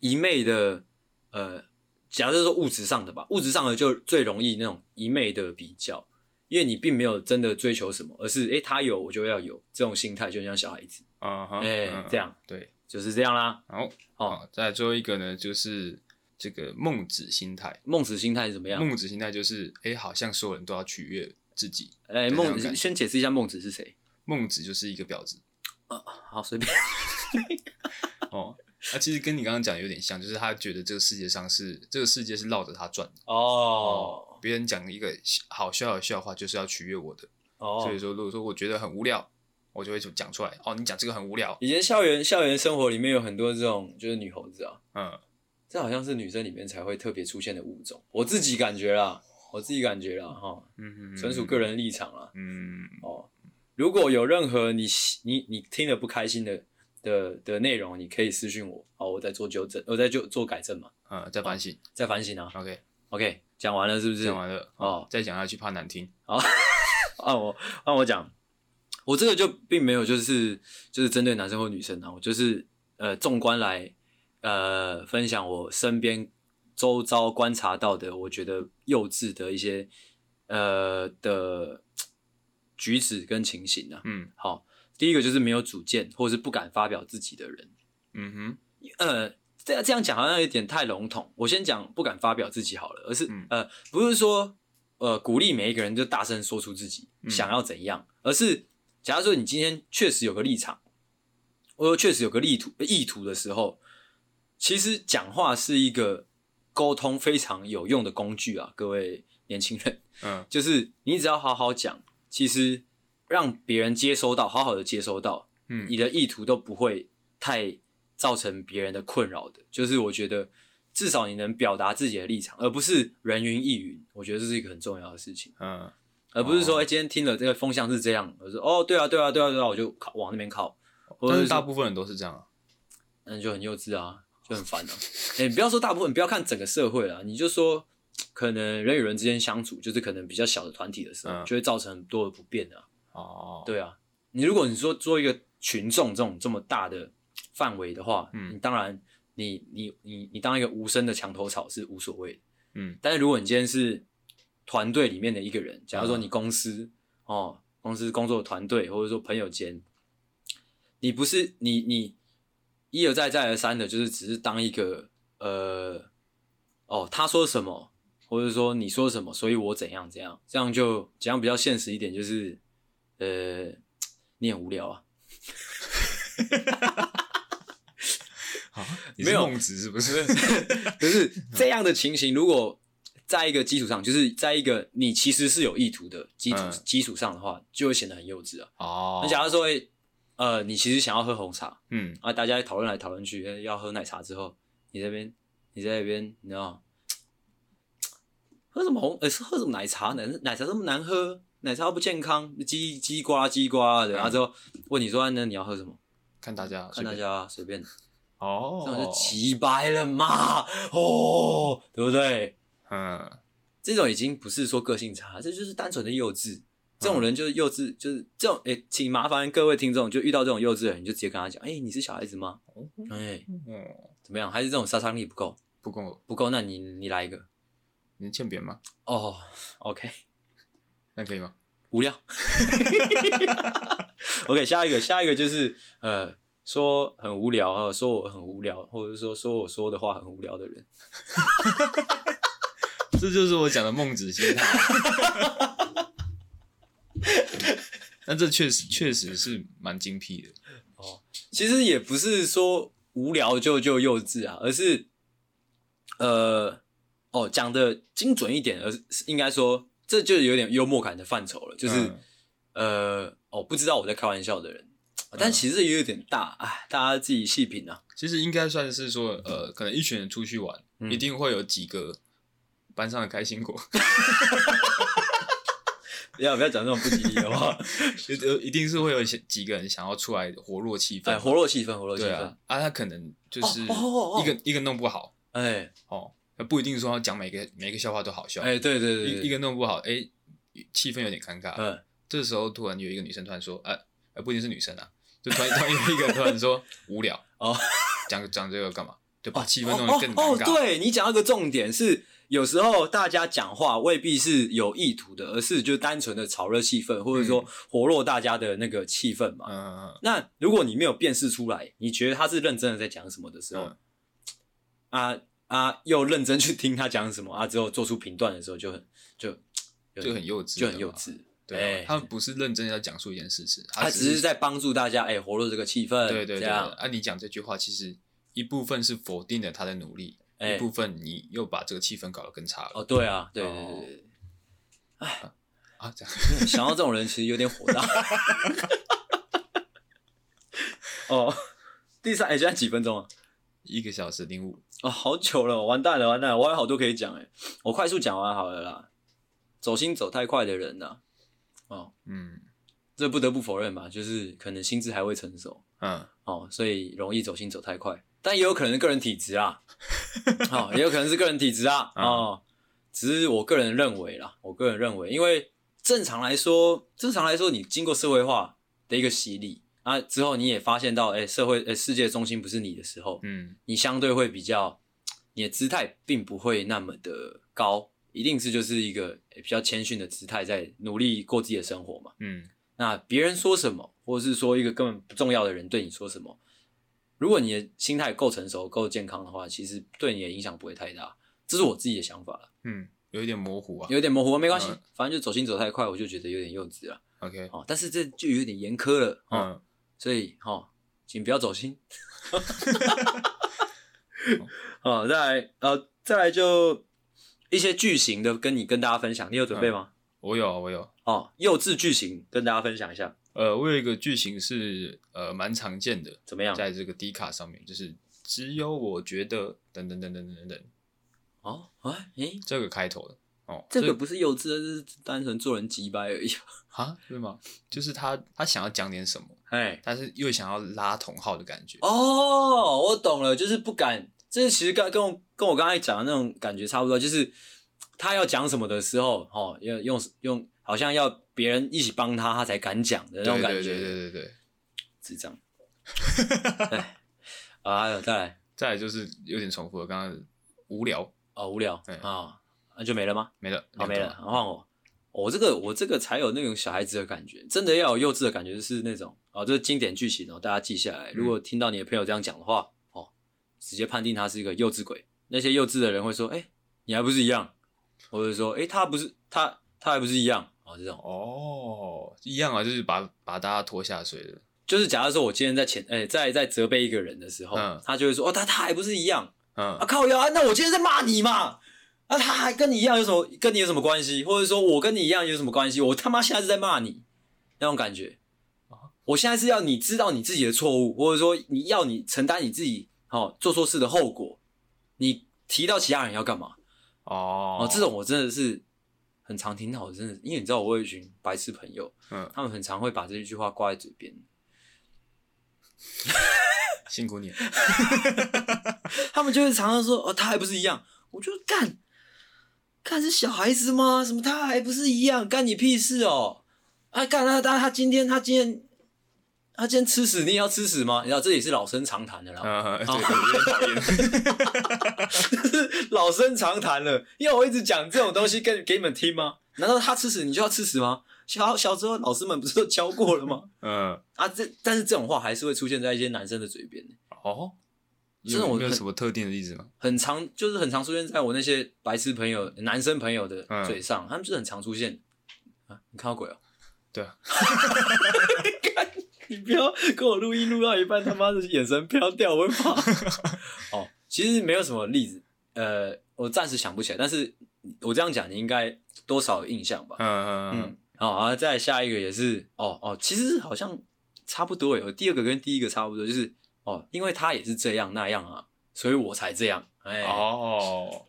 Speaker 2: 一昧的呃假设说物质上的吧，物质上的就最容易那种一昧的比较，因为你并没有真的追求什么，而是诶、他有我就要有这种心态，就像小孩子，
Speaker 1: 啊哈，
Speaker 2: 哎、
Speaker 1: 嗯
Speaker 2: 这样
Speaker 1: 对，
Speaker 2: 就是这样啦。
Speaker 1: 好，
Speaker 2: 哦，
Speaker 1: 好，再来最后一个呢，就是这个孟子心态。
Speaker 2: 孟子心态是怎么样？
Speaker 1: 孟子心态就是，哎、好像所有人都要取悦自己。
Speaker 2: 哎、
Speaker 1: 对那种
Speaker 2: 孟
Speaker 1: 感
Speaker 2: 子
Speaker 1: 觉
Speaker 2: 先解释一下孟子是谁。
Speaker 1: 孟子就是一个婊子
Speaker 2: 好，随便。
Speaker 1: 哦。那、其实跟你刚刚讲的有点像，就是他觉得这个世界上是这个世界是绕着他转的。
Speaker 2: 哦
Speaker 1: 别人讲一个好笑的笑话，就是要取悦我的。
Speaker 2: 哦，
Speaker 1: 所以说，如果说我觉得很无聊，我就会就讲出来。哦，你讲这个很无聊，
Speaker 2: 以前校园校园生活里面有很多这种就是女猴子啊，
Speaker 1: 嗯，
Speaker 2: 这好像是女生里面才会特别出现的物种，我自己感觉啦，我自己感觉啦哈，
Speaker 1: 嗯
Speaker 2: 纯属个，人立场啦
Speaker 1: 嗯，
Speaker 2: 哦。如果有任何你喜你你听得不开心的的的内容，你可以私信我，好，我再做纠正，我再就做改正嘛，
Speaker 1: 呃，在反省。
Speaker 2: 再反省啊。
Speaker 1: OK，
Speaker 2: OK，讲完了是不是？
Speaker 1: 讲完了
Speaker 2: 哦
Speaker 1: 再讲下去怕难听。
Speaker 2: 按我按我讲，我这个就并没有就是就是针对男生或女生啊，我就是呃纵观来呃分享我身边周遭观察到的，我觉得幼稚的一些呃的举止跟情形啊。
Speaker 1: 嗯
Speaker 2: 好，第一个就是没有主见或是不敢发表自己的人，
Speaker 1: 嗯哼，
Speaker 2: 呃，这样这样讲好像有点太笼统。我先讲不敢发表自己好了，而是、
Speaker 1: 嗯
Speaker 2: 呃，不是说呃鼓励每一个人就大声说出自己、
Speaker 1: 嗯
Speaker 2: 想要怎样，而是假如说你今天确实有个立场，或者确实有个意图意图的时候，其实讲话是一个沟通非常有用的工具啊，各位年轻人。
Speaker 1: 嗯
Speaker 2: 就是你只要好好讲，其实让别人接收到，好好的接收到，
Speaker 1: 嗯
Speaker 2: 你的意图都不会太造成别人的困扰的。就是我觉得至少你能表达自己的立场，而不是人云亦云。我觉得这是一个很重要的事情，
Speaker 1: 嗯
Speaker 2: 而不是说，
Speaker 1: 哦
Speaker 2: 哎、今天听了这个风向是这样，我说哦，对啊，对啊，对啊，对啊，我就靠往那边靠，或
Speaker 1: 但
Speaker 2: 者
Speaker 1: 是大
Speaker 2: 说
Speaker 1: 部分人都是这样啊。
Speaker 2: 那就很幼稚啊，就很烦啊。哎、你不要说大部分，你不要看整个社会啦，你就说可能人与人之间相处，就是可能比较小的团体的时候，
Speaker 1: 嗯
Speaker 2: 就会造成很多的不便啊。
Speaker 1: 哦，
Speaker 2: 对啊，你如果你说做一个群众这种这么大的范围的话，
Speaker 1: 嗯
Speaker 2: 你当然你你你你当一个无声的墙头草是无所谓的，
Speaker 1: 嗯
Speaker 2: 但是如果你今天是团队里面的一个人，假如说
Speaker 1: 嗯
Speaker 2: 你公司、哦，公司工作团队或者说朋友间，你不是你你一而再再而三的，就是只是当一个呃哦他说什么，或者说你说什么，所以我怎样怎样，这样就讲比较现实一点，就是呃你很无聊啊，
Speaker 1: 好，你
Speaker 2: 没
Speaker 1: 是
Speaker 2: 有
Speaker 1: 孟子是不是？
Speaker 2: 可是这样的情形，如果在一个基础上，就是在一个你其实是有意图的基础、
Speaker 1: 嗯
Speaker 2: 基础上的话，就会显得很幼稚啊。
Speaker 1: 哦，
Speaker 2: 那假如说，诶呃，你其实想要喝红茶
Speaker 1: 嗯
Speaker 2: 啊，大家讨论来讨论去，诶要喝奶茶之后，你这边你在那边，你知道喝什么红？呃，是喝什么奶茶？奶奶茶这么难喝，奶茶又不健康，叽叽呱叽呱的。然后之后问你说，那你要喝什么？
Speaker 1: 看大家，啊
Speaker 2: 看大
Speaker 1: 嗯随便
Speaker 2: 家啊随便，这
Speaker 1: 哦，
Speaker 2: 样就急掰了嘛，哦，对不对？
Speaker 1: 嗯
Speaker 2: 这种已经不是说个性差，这就是单纯的幼稚。这种人就是幼稚，就是这种。诶、请麻烦各位听众，就遇到这种幼稚的人，你就直接跟他讲：“哎、你是小孩子吗？哎、
Speaker 1: 哦，
Speaker 2: 怎么样？还是这种杀伤力不够？
Speaker 1: 不够，
Speaker 2: 不够，那你你来一个
Speaker 1: 你欠扁吗？
Speaker 2: 哦。OK，
Speaker 1: 那可以吗？
Speaker 2: 无聊。OK，下一个，下一个就是呃，说很无聊，呃，说我很无聊，或者说说我说的话很无聊的人。
Speaker 1: 这就是我讲的孟子心 态。那这确实确实是蛮精辟的，
Speaker 2: 其实也不是说无聊就就幼稚啊，而是，呃，哦，讲的精准一点，而是应该说这就有点幽默感的范畴了，就是、
Speaker 1: 嗯
Speaker 2: 呃，哦，不知道我在开玩笑的人，但其实也有点大，哎，大家自己细品啊。
Speaker 1: 其实应该算是说，呃，可能一群人出去玩，
Speaker 2: 嗯
Speaker 1: 一定会有几个班上的开心果，
Speaker 2: 不要不要讲这种不吉利的 话，
Speaker 1: 就就一定是会有一些几个人想要出来活络气氛
Speaker 2: 哎，
Speaker 1: 嘛，
Speaker 2: 活络气氛，活络气
Speaker 1: 对
Speaker 2: 氛，
Speaker 1: 啊，啊，他可能就是一个、
Speaker 2: 哦哦哦哦
Speaker 1: 一个弄不好
Speaker 2: 哎
Speaker 1: 哦，不一定说要讲每个每个笑话都好笑，
Speaker 2: 哎，对对对，
Speaker 1: 一一个弄不好，哎、气氛有点尴尬。
Speaker 2: 嗯，
Speaker 1: 这时候突然有一个女生突然说，哎、呃，不一定是女生啊，就突然突然有一个突然说无聊
Speaker 2: 哦，
Speaker 1: 讲讲这个干嘛？就把气氛弄得
Speaker 2: 哦
Speaker 1: 更
Speaker 2: 哦
Speaker 1: 尴，尬。
Speaker 2: 对你讲到一个重点是，有时候大家讲话未必是有意图的，而是就单纯的炒热气氛，或者说活络大家的那个气氛嘛。
Speaker 1: 嗯，嗯
Speaker 2: 那如果你没有辨识出来，你觉得他是认真的在讲什么的时候，
Speaker 1: 嗯
Speaker 2: 啊啊，又认真去听他讲什么啊，之后做出评断的时候就很就
Speaker 1: 嗯，就很幼稚，
Speaker 2: 就很幼。稚。
Speaker 1: 对
Speaker 2: 哎
Speaker 1: 啊，他们不是认真要讲述一件事情，
Speaker 2: 他只是在帮助大家，哎、活络这个气氛，
Speaker 1: 对对
Speaker 2: 这
Speaker 1: 对。
Speaker 2: 样，
Speaker 1: 啊，你讲这句话，其实一部分是否定了他的努力，
Speaker 2: 哎
Speaker 1: 一部分你又把这个气氛搞得更差了
Speaker 2: 哦，对啊，对对对
Speaker 1: 哦
Speaker 2: 对对
Speaker 1: 啊！这样，
Speaker 2: 想到这种人，其实有点火大。 哦，第三，哎、现在几分钟啊？
Speaker 1: 一个小时零五，
Speaker 2: 哦，好久了，完蛋了，完蛋了，我还有好多可以讲哎，我快速讲完好了啦。走心走太快的人呐、
Speaker 1: 嗯
Speaker 2: 这不得不否认吧，就是可能心智还未成熟
Speaker 1: 嗯，
Speaker 2: 哦，所以容易走心走太快，但也有可能是个人体质啊，哦，也有可能是个人体质啊，哦，只是我个人认为啦，我个人认为，因为正常来说，正常来说，你经过社会化的一个洗礼啊之后，你也发现到，哎、社会，哎、世界中心不是你的时候，
Speaker 1: 嗯
Speaker 2: 你相对会比较，你的姿态并不会那么的高，一定是就是一个诶比较谦逊的姿态，在努力过自己的生活嘛。
Speaker 1: 嗯
Speaker 2: 那别人说什么，或者是说一个根本不重要的人对你说什么，如果你的心态够成熟、够健康的话，其实对你的影响不会太大。这是我自己的想法了，
Speaker 1: 嗯，有一点模糊啊。
Speaker 2: 有点模糊没关系
Speaker 1: 嗯，
Speaker 2: 反正就走心走太快，我就觉得有点幼稚了。
Speaker 1: OK，
Speaker 2: 哦，但是这就有点严苛了。哦，
Speaker 1: 嗯，
Speaker 2: 所以哈、哦，请不要走 心。哦，再来，呃，再来就一些句型的跟你跟大家分享，你有准备吗？
Speaker 1: 我有啊我有。
Speaker 2: 哦，幼稚句型跟大家分享一下，
Speaker 1: 呃，我有一个句型是呃蛮常见的，
Speaker 2: 怎么样？
Speaker 1: 在这个 D 卡上面，就是只有我觉得等等等等等等等
Speaker 2: 哦，啊，诶，
Speaker 1: 这个开头的哦，
Speaker 2: 这
Speaker 1: 所
Speaker 2: 个
Speaker 1: 以
Speaker 2: 不是幼稚，这是单纯做人鸡掰而已。
Speaker 1: 啊对吗？就是他他想要讲点什么，
Speaker 2: 哎，
Speaker 1: 但是又想要拉同号的感觉。
Speaker 2: 哦，我懂了，就是不敢，这其实跟跟我跟我刚才讲的那种感觉差不多，就是他要讲什么的时候，哦，要用用，好像要别人一起帮他，他才敢讲的那
Speaker 1: 对
Speaker 2: 种
Speaker 1: 对
Speaker 2: 感觉。
Speaker 1: 对对对对。
Speaker 2: 智障。哎，啊，还有再来
Speaker 1: 再来就是有点重复了，刚刚的无聊
Speaker 2: 哦，无聊啊
Speaker 1: 对、
Speaker 2: 那就没了吗？
Speaker 1: 没了，
Speaker 2: 好、哦没了，
Speaker 1: 个
Speaker 2: 换我。我、这个我这个才有那种小孩子的感觉，真的要有幼稚的感觉，就是那种啊、哦，这是经典剧情哦，大家记下来。如果听到你的朋友这样讲的话，哦，直接判定他是一个幼稚鬼。那些幼稚的人会说，哎、你还不是一样，或者说，哎、他不是他他还不是一样哦，这种。
Speaker 1: 哦，一样啊，就是把把大家拖下水了。
Speaker 2: 就是假如说我今天在前，哎、在在责备一个人的时候，
Speaker 1: 嗯
Speaker 2: 他就会说，哦，他他还不是一样，
Speaker 1: 嗯
Speaker 2: 啊靠呀、啊，那我今天在骂你嘛，啊他还跟你一样有什么跟你有什么关系，或者说我跟你一样有什么关系？我他妈现在是在骂你那种感觉，啊我现在是要你知道你自己的错误，或者说你要你承担你自己哦做错事的后果。你提到其他人要干嘛？
Speaker 1: 哦
Speaker 2: 哦，这种我真的是很常听到，我真的因为你知道我有一群白痴朋友，
Speaker 1: 嗯
Speaker 2: 他们很常会把这一句话挂在嘴边，
Speaker 1: 辛苦你 了，
Speaker 2: 他们就会常常说：“哦，他还不是一样。”我就干，干是小孩子吗？什么他还不是一样？干你屁事哦！啊，干他他他今天他今天他今天吃屎，你也要吃屎吗？你知道这也是老生常谈的啦，
Speaker 1: 嗯，对对，有点讨厌。
Speaker 2: 老生常谈了。要我一直讲这种东西跟给你们听吗？难道他吃屎你就要吃屎吗？小小时候老师们不是都教过了吗？
Speaker 1: 嗯，
Speaker 2: 啊，这但是这种话还是会出现在一些男生的嘴边。
Speaker 1: 哦，
Speaker 2: 这种
Speaker 1: 有
Speaker 2: 我
Speaker 1: 没有
Speaker 2: 很
Speaker 1: 什么特定的例子吗？
Speaker 2: 很常就是很常出现在我那些白痴朋友、男生朋友的
Speaker 1: 嗯
Speaker 2: 嘴上，他们就是很常出现。啊，你看到鬼哦、
Speaker 1: 对啊，
Speaker 2: 你不要跟我录音录到一半，他妈的眼神飘掉，我 会怕。哦，其实没有什么例子，呃，我暂时想不起来，但是我这样讲，你应该多少有印象吧？
Speaker 1: 嗯嗯嗯，
Speaker 2: 哦，然后再下一个也是，哦哦，其实好像差不多有第二个跟第一个差不多，就是哦，因为他也是这样那样啊，所以我才这样，哎、
Speaker 1: 嗯哦，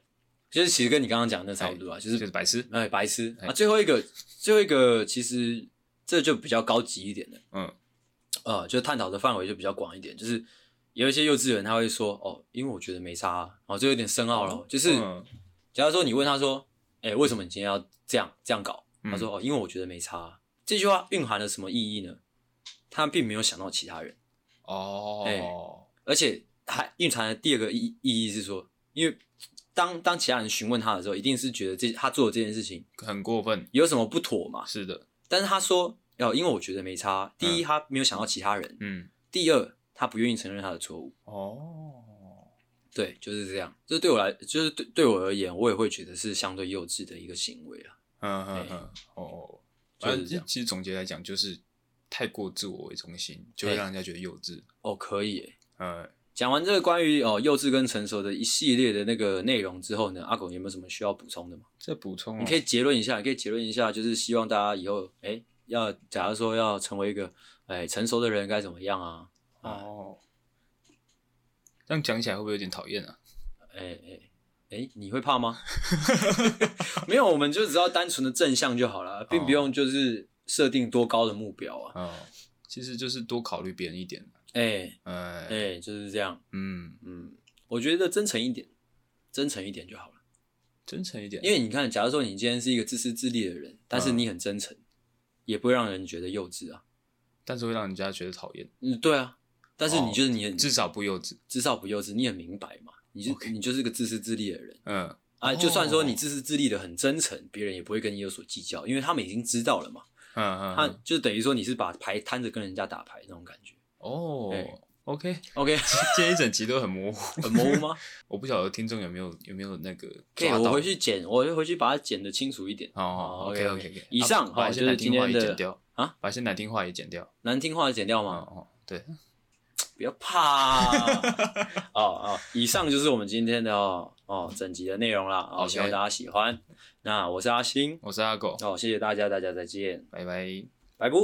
Speaker 2: 就是其实跟你刚刚讲的那差不多啊，就
Speaker 1: 就是是白痴。
Speaker 2: 哎，白痴
Speaker 1: 哎
Speaker 2: 啊！最后一个，最后一个，其实这就比较高级一点的，
Speaker 1: 嗯，
Speaker 2: 呃，就探讨的范围就比较广一点，就是有一些幼稚园他会说，哦，因为我觉得没差、啊，哦，这有点深奥了，就是
Speaker 1: 嗯
Speaker 2: 假如说你问他说，哎、为什么你今天要这样这样搞？
Speaker 1: 嗯
Speaker 2: 他说，哦，因为我觉得没差啊、这句话蕴含了什么意义呢？他并没有想到其他人，哎
Speaker 1: 哦，
Speaker 2: 而且还蕴藏的第二个意意义是说，因为当当其他人询问他的时候，一定是觉得这他做的这件事情
Speaker 1: 很过分。
Speaker 2: 有什么不妥嘛？
Speaker 1: 是的，
Speaker 2: 但是他说，哦，因为我觉得没差。第一，
Speaker 1: 嗯
Speaker 2: 他没有想到其他人；
Speaker 1: 嗯，
Speaker 2: 第二，他不愿意承认他的错误。
Speaker 1: 哦，
Speaker 2: 对，就是这样。这对我来，就是对对我而言，我也会觉得是相对幼稚的一个行为啊啦。
Speaker 1: 嗯嗯
Speaker 2: 对
Speaker 1: 嗯，哦，
Speaker 2: 就是
Speaker 1: 反正
Speaker 2: 这样
Speaker 1: 其实总结来讲，就是太过自我为中心，就会
Speaker 2: 哎
Speaker 1: 让人家觉得幼稚。
Speaker 2: 哦，可以耶。
Speaker 1: 呃，
Speaker 2: 讲完这个关于哦幼稚跟成熟的一系列的那个内容之后呢，阿狗你有没有什么需要补充的吗？
Speaker 1: 再补充、哦，
Speaker 2: 你可以结论一下，你可以结论一下，就是希望大家以后，哎、要假如说要成为一个，哎、成熟的人该怎么样啊？
Speaker 1: 哦，这样讲起来会不会有点讨厌啊？
Speaker 2: 哎哎哎，你会怕吗？ 没有，我们就只要单纯的正向就好了，并不用就是设定多高的目标啊。
Speaker 1: 哦，其实就是多考虑别人一点。
Speaker 2: 哎、
Speaker 1: 呃，
Speaker 2: 哎、就是这样，
Speaker 1: 嗯，
Speaker 2: 嗯，我觉得真诚一点，真诚一点就好了。
Speaker 1: 真诚一点，
Speaker 2: 因为你看，假如说你今天是一个自私自利的人，但
Speaker 1: 嗯
Speaker 2: 是你很真诚，也不会让人觉得幼稚啊。
Speaker 1: 但是会让人家觉得讨厌，
Speaker 2: 嗯，对啊。但是
Speaker 1: 哦
Speaker 2: 你就是你很、
Speaker 1: 至少不幼稚。
Speaker 2: 至少不幼稚，你很明白嘛，你就
Speaker 1: OK
Speaker 2: 你就是个自私自利的人
Speaker 1: 嗯，
Speaker 2: 啊。
Speaker 1: 哦
Speaker 2: 就算说你自私自利的很真诚，别人也不会跟你有所计较，因为他们已经知道了嘛。
Speaker 1: 嗯嗯，
Speaker 2: 他
Speaker 1: 嗯
Speaker 2: 就等于说你是把牌摊着跟人家打牌那种感觉。
Speaker 1: 哦
Speaker 2: 哎
Speaker 1: ，OK，
Speaker 2: OK，
Speaker 1: 今 天一整集都很模糊，
Speaker 2: 很模糊吗？
Speaker 1: 我不晓得听众有没有有没有那个
Speaker 2: 可 以，
Speaker 1: 抓
Speaker 2: 我
Speaker 1: 到
Speaker 2: 回。去剪，我会回去把它剪的清楚一点。
Speaker 1: 哦哦
Speaker 2: 哦
Speaker 1: ，OK
Speaker 2: ，OK，OK
Speaker 1: OK OK，
Speaker 2: 以上
Speaker 1: 把
Speaker 2: 好
Speaker 1: 一些
Speaker 2: 就是
Speaker 1: 难听
Speaker 2: 今
Speaker 1: 话
Speaker 2: 天
Speaker 1: 也
Speaker 2: 的
Speaker 1: 剪掉
Speaker 2: 啊，
Speaker 1: 把一些难听话也剪掉。
Speaker 2: 难听话剪掉
Speaker 1: 哦
Speaker 2: 嘛，
Speaker 1: 哦，对，
Speaker 2: 不要怕。哦哦，以上就是我们今天的哦哦整集的内容啦。哦，
Speaker 1: OK
Speaker 2: 希望大家喜欢。那我是阿星，
Speaker 1: 我是阿狗，
Speaker 2: 哦，谢谢大家，大家再见，
Speaker 1: 拜拜。
Speaker 2: 拜拜。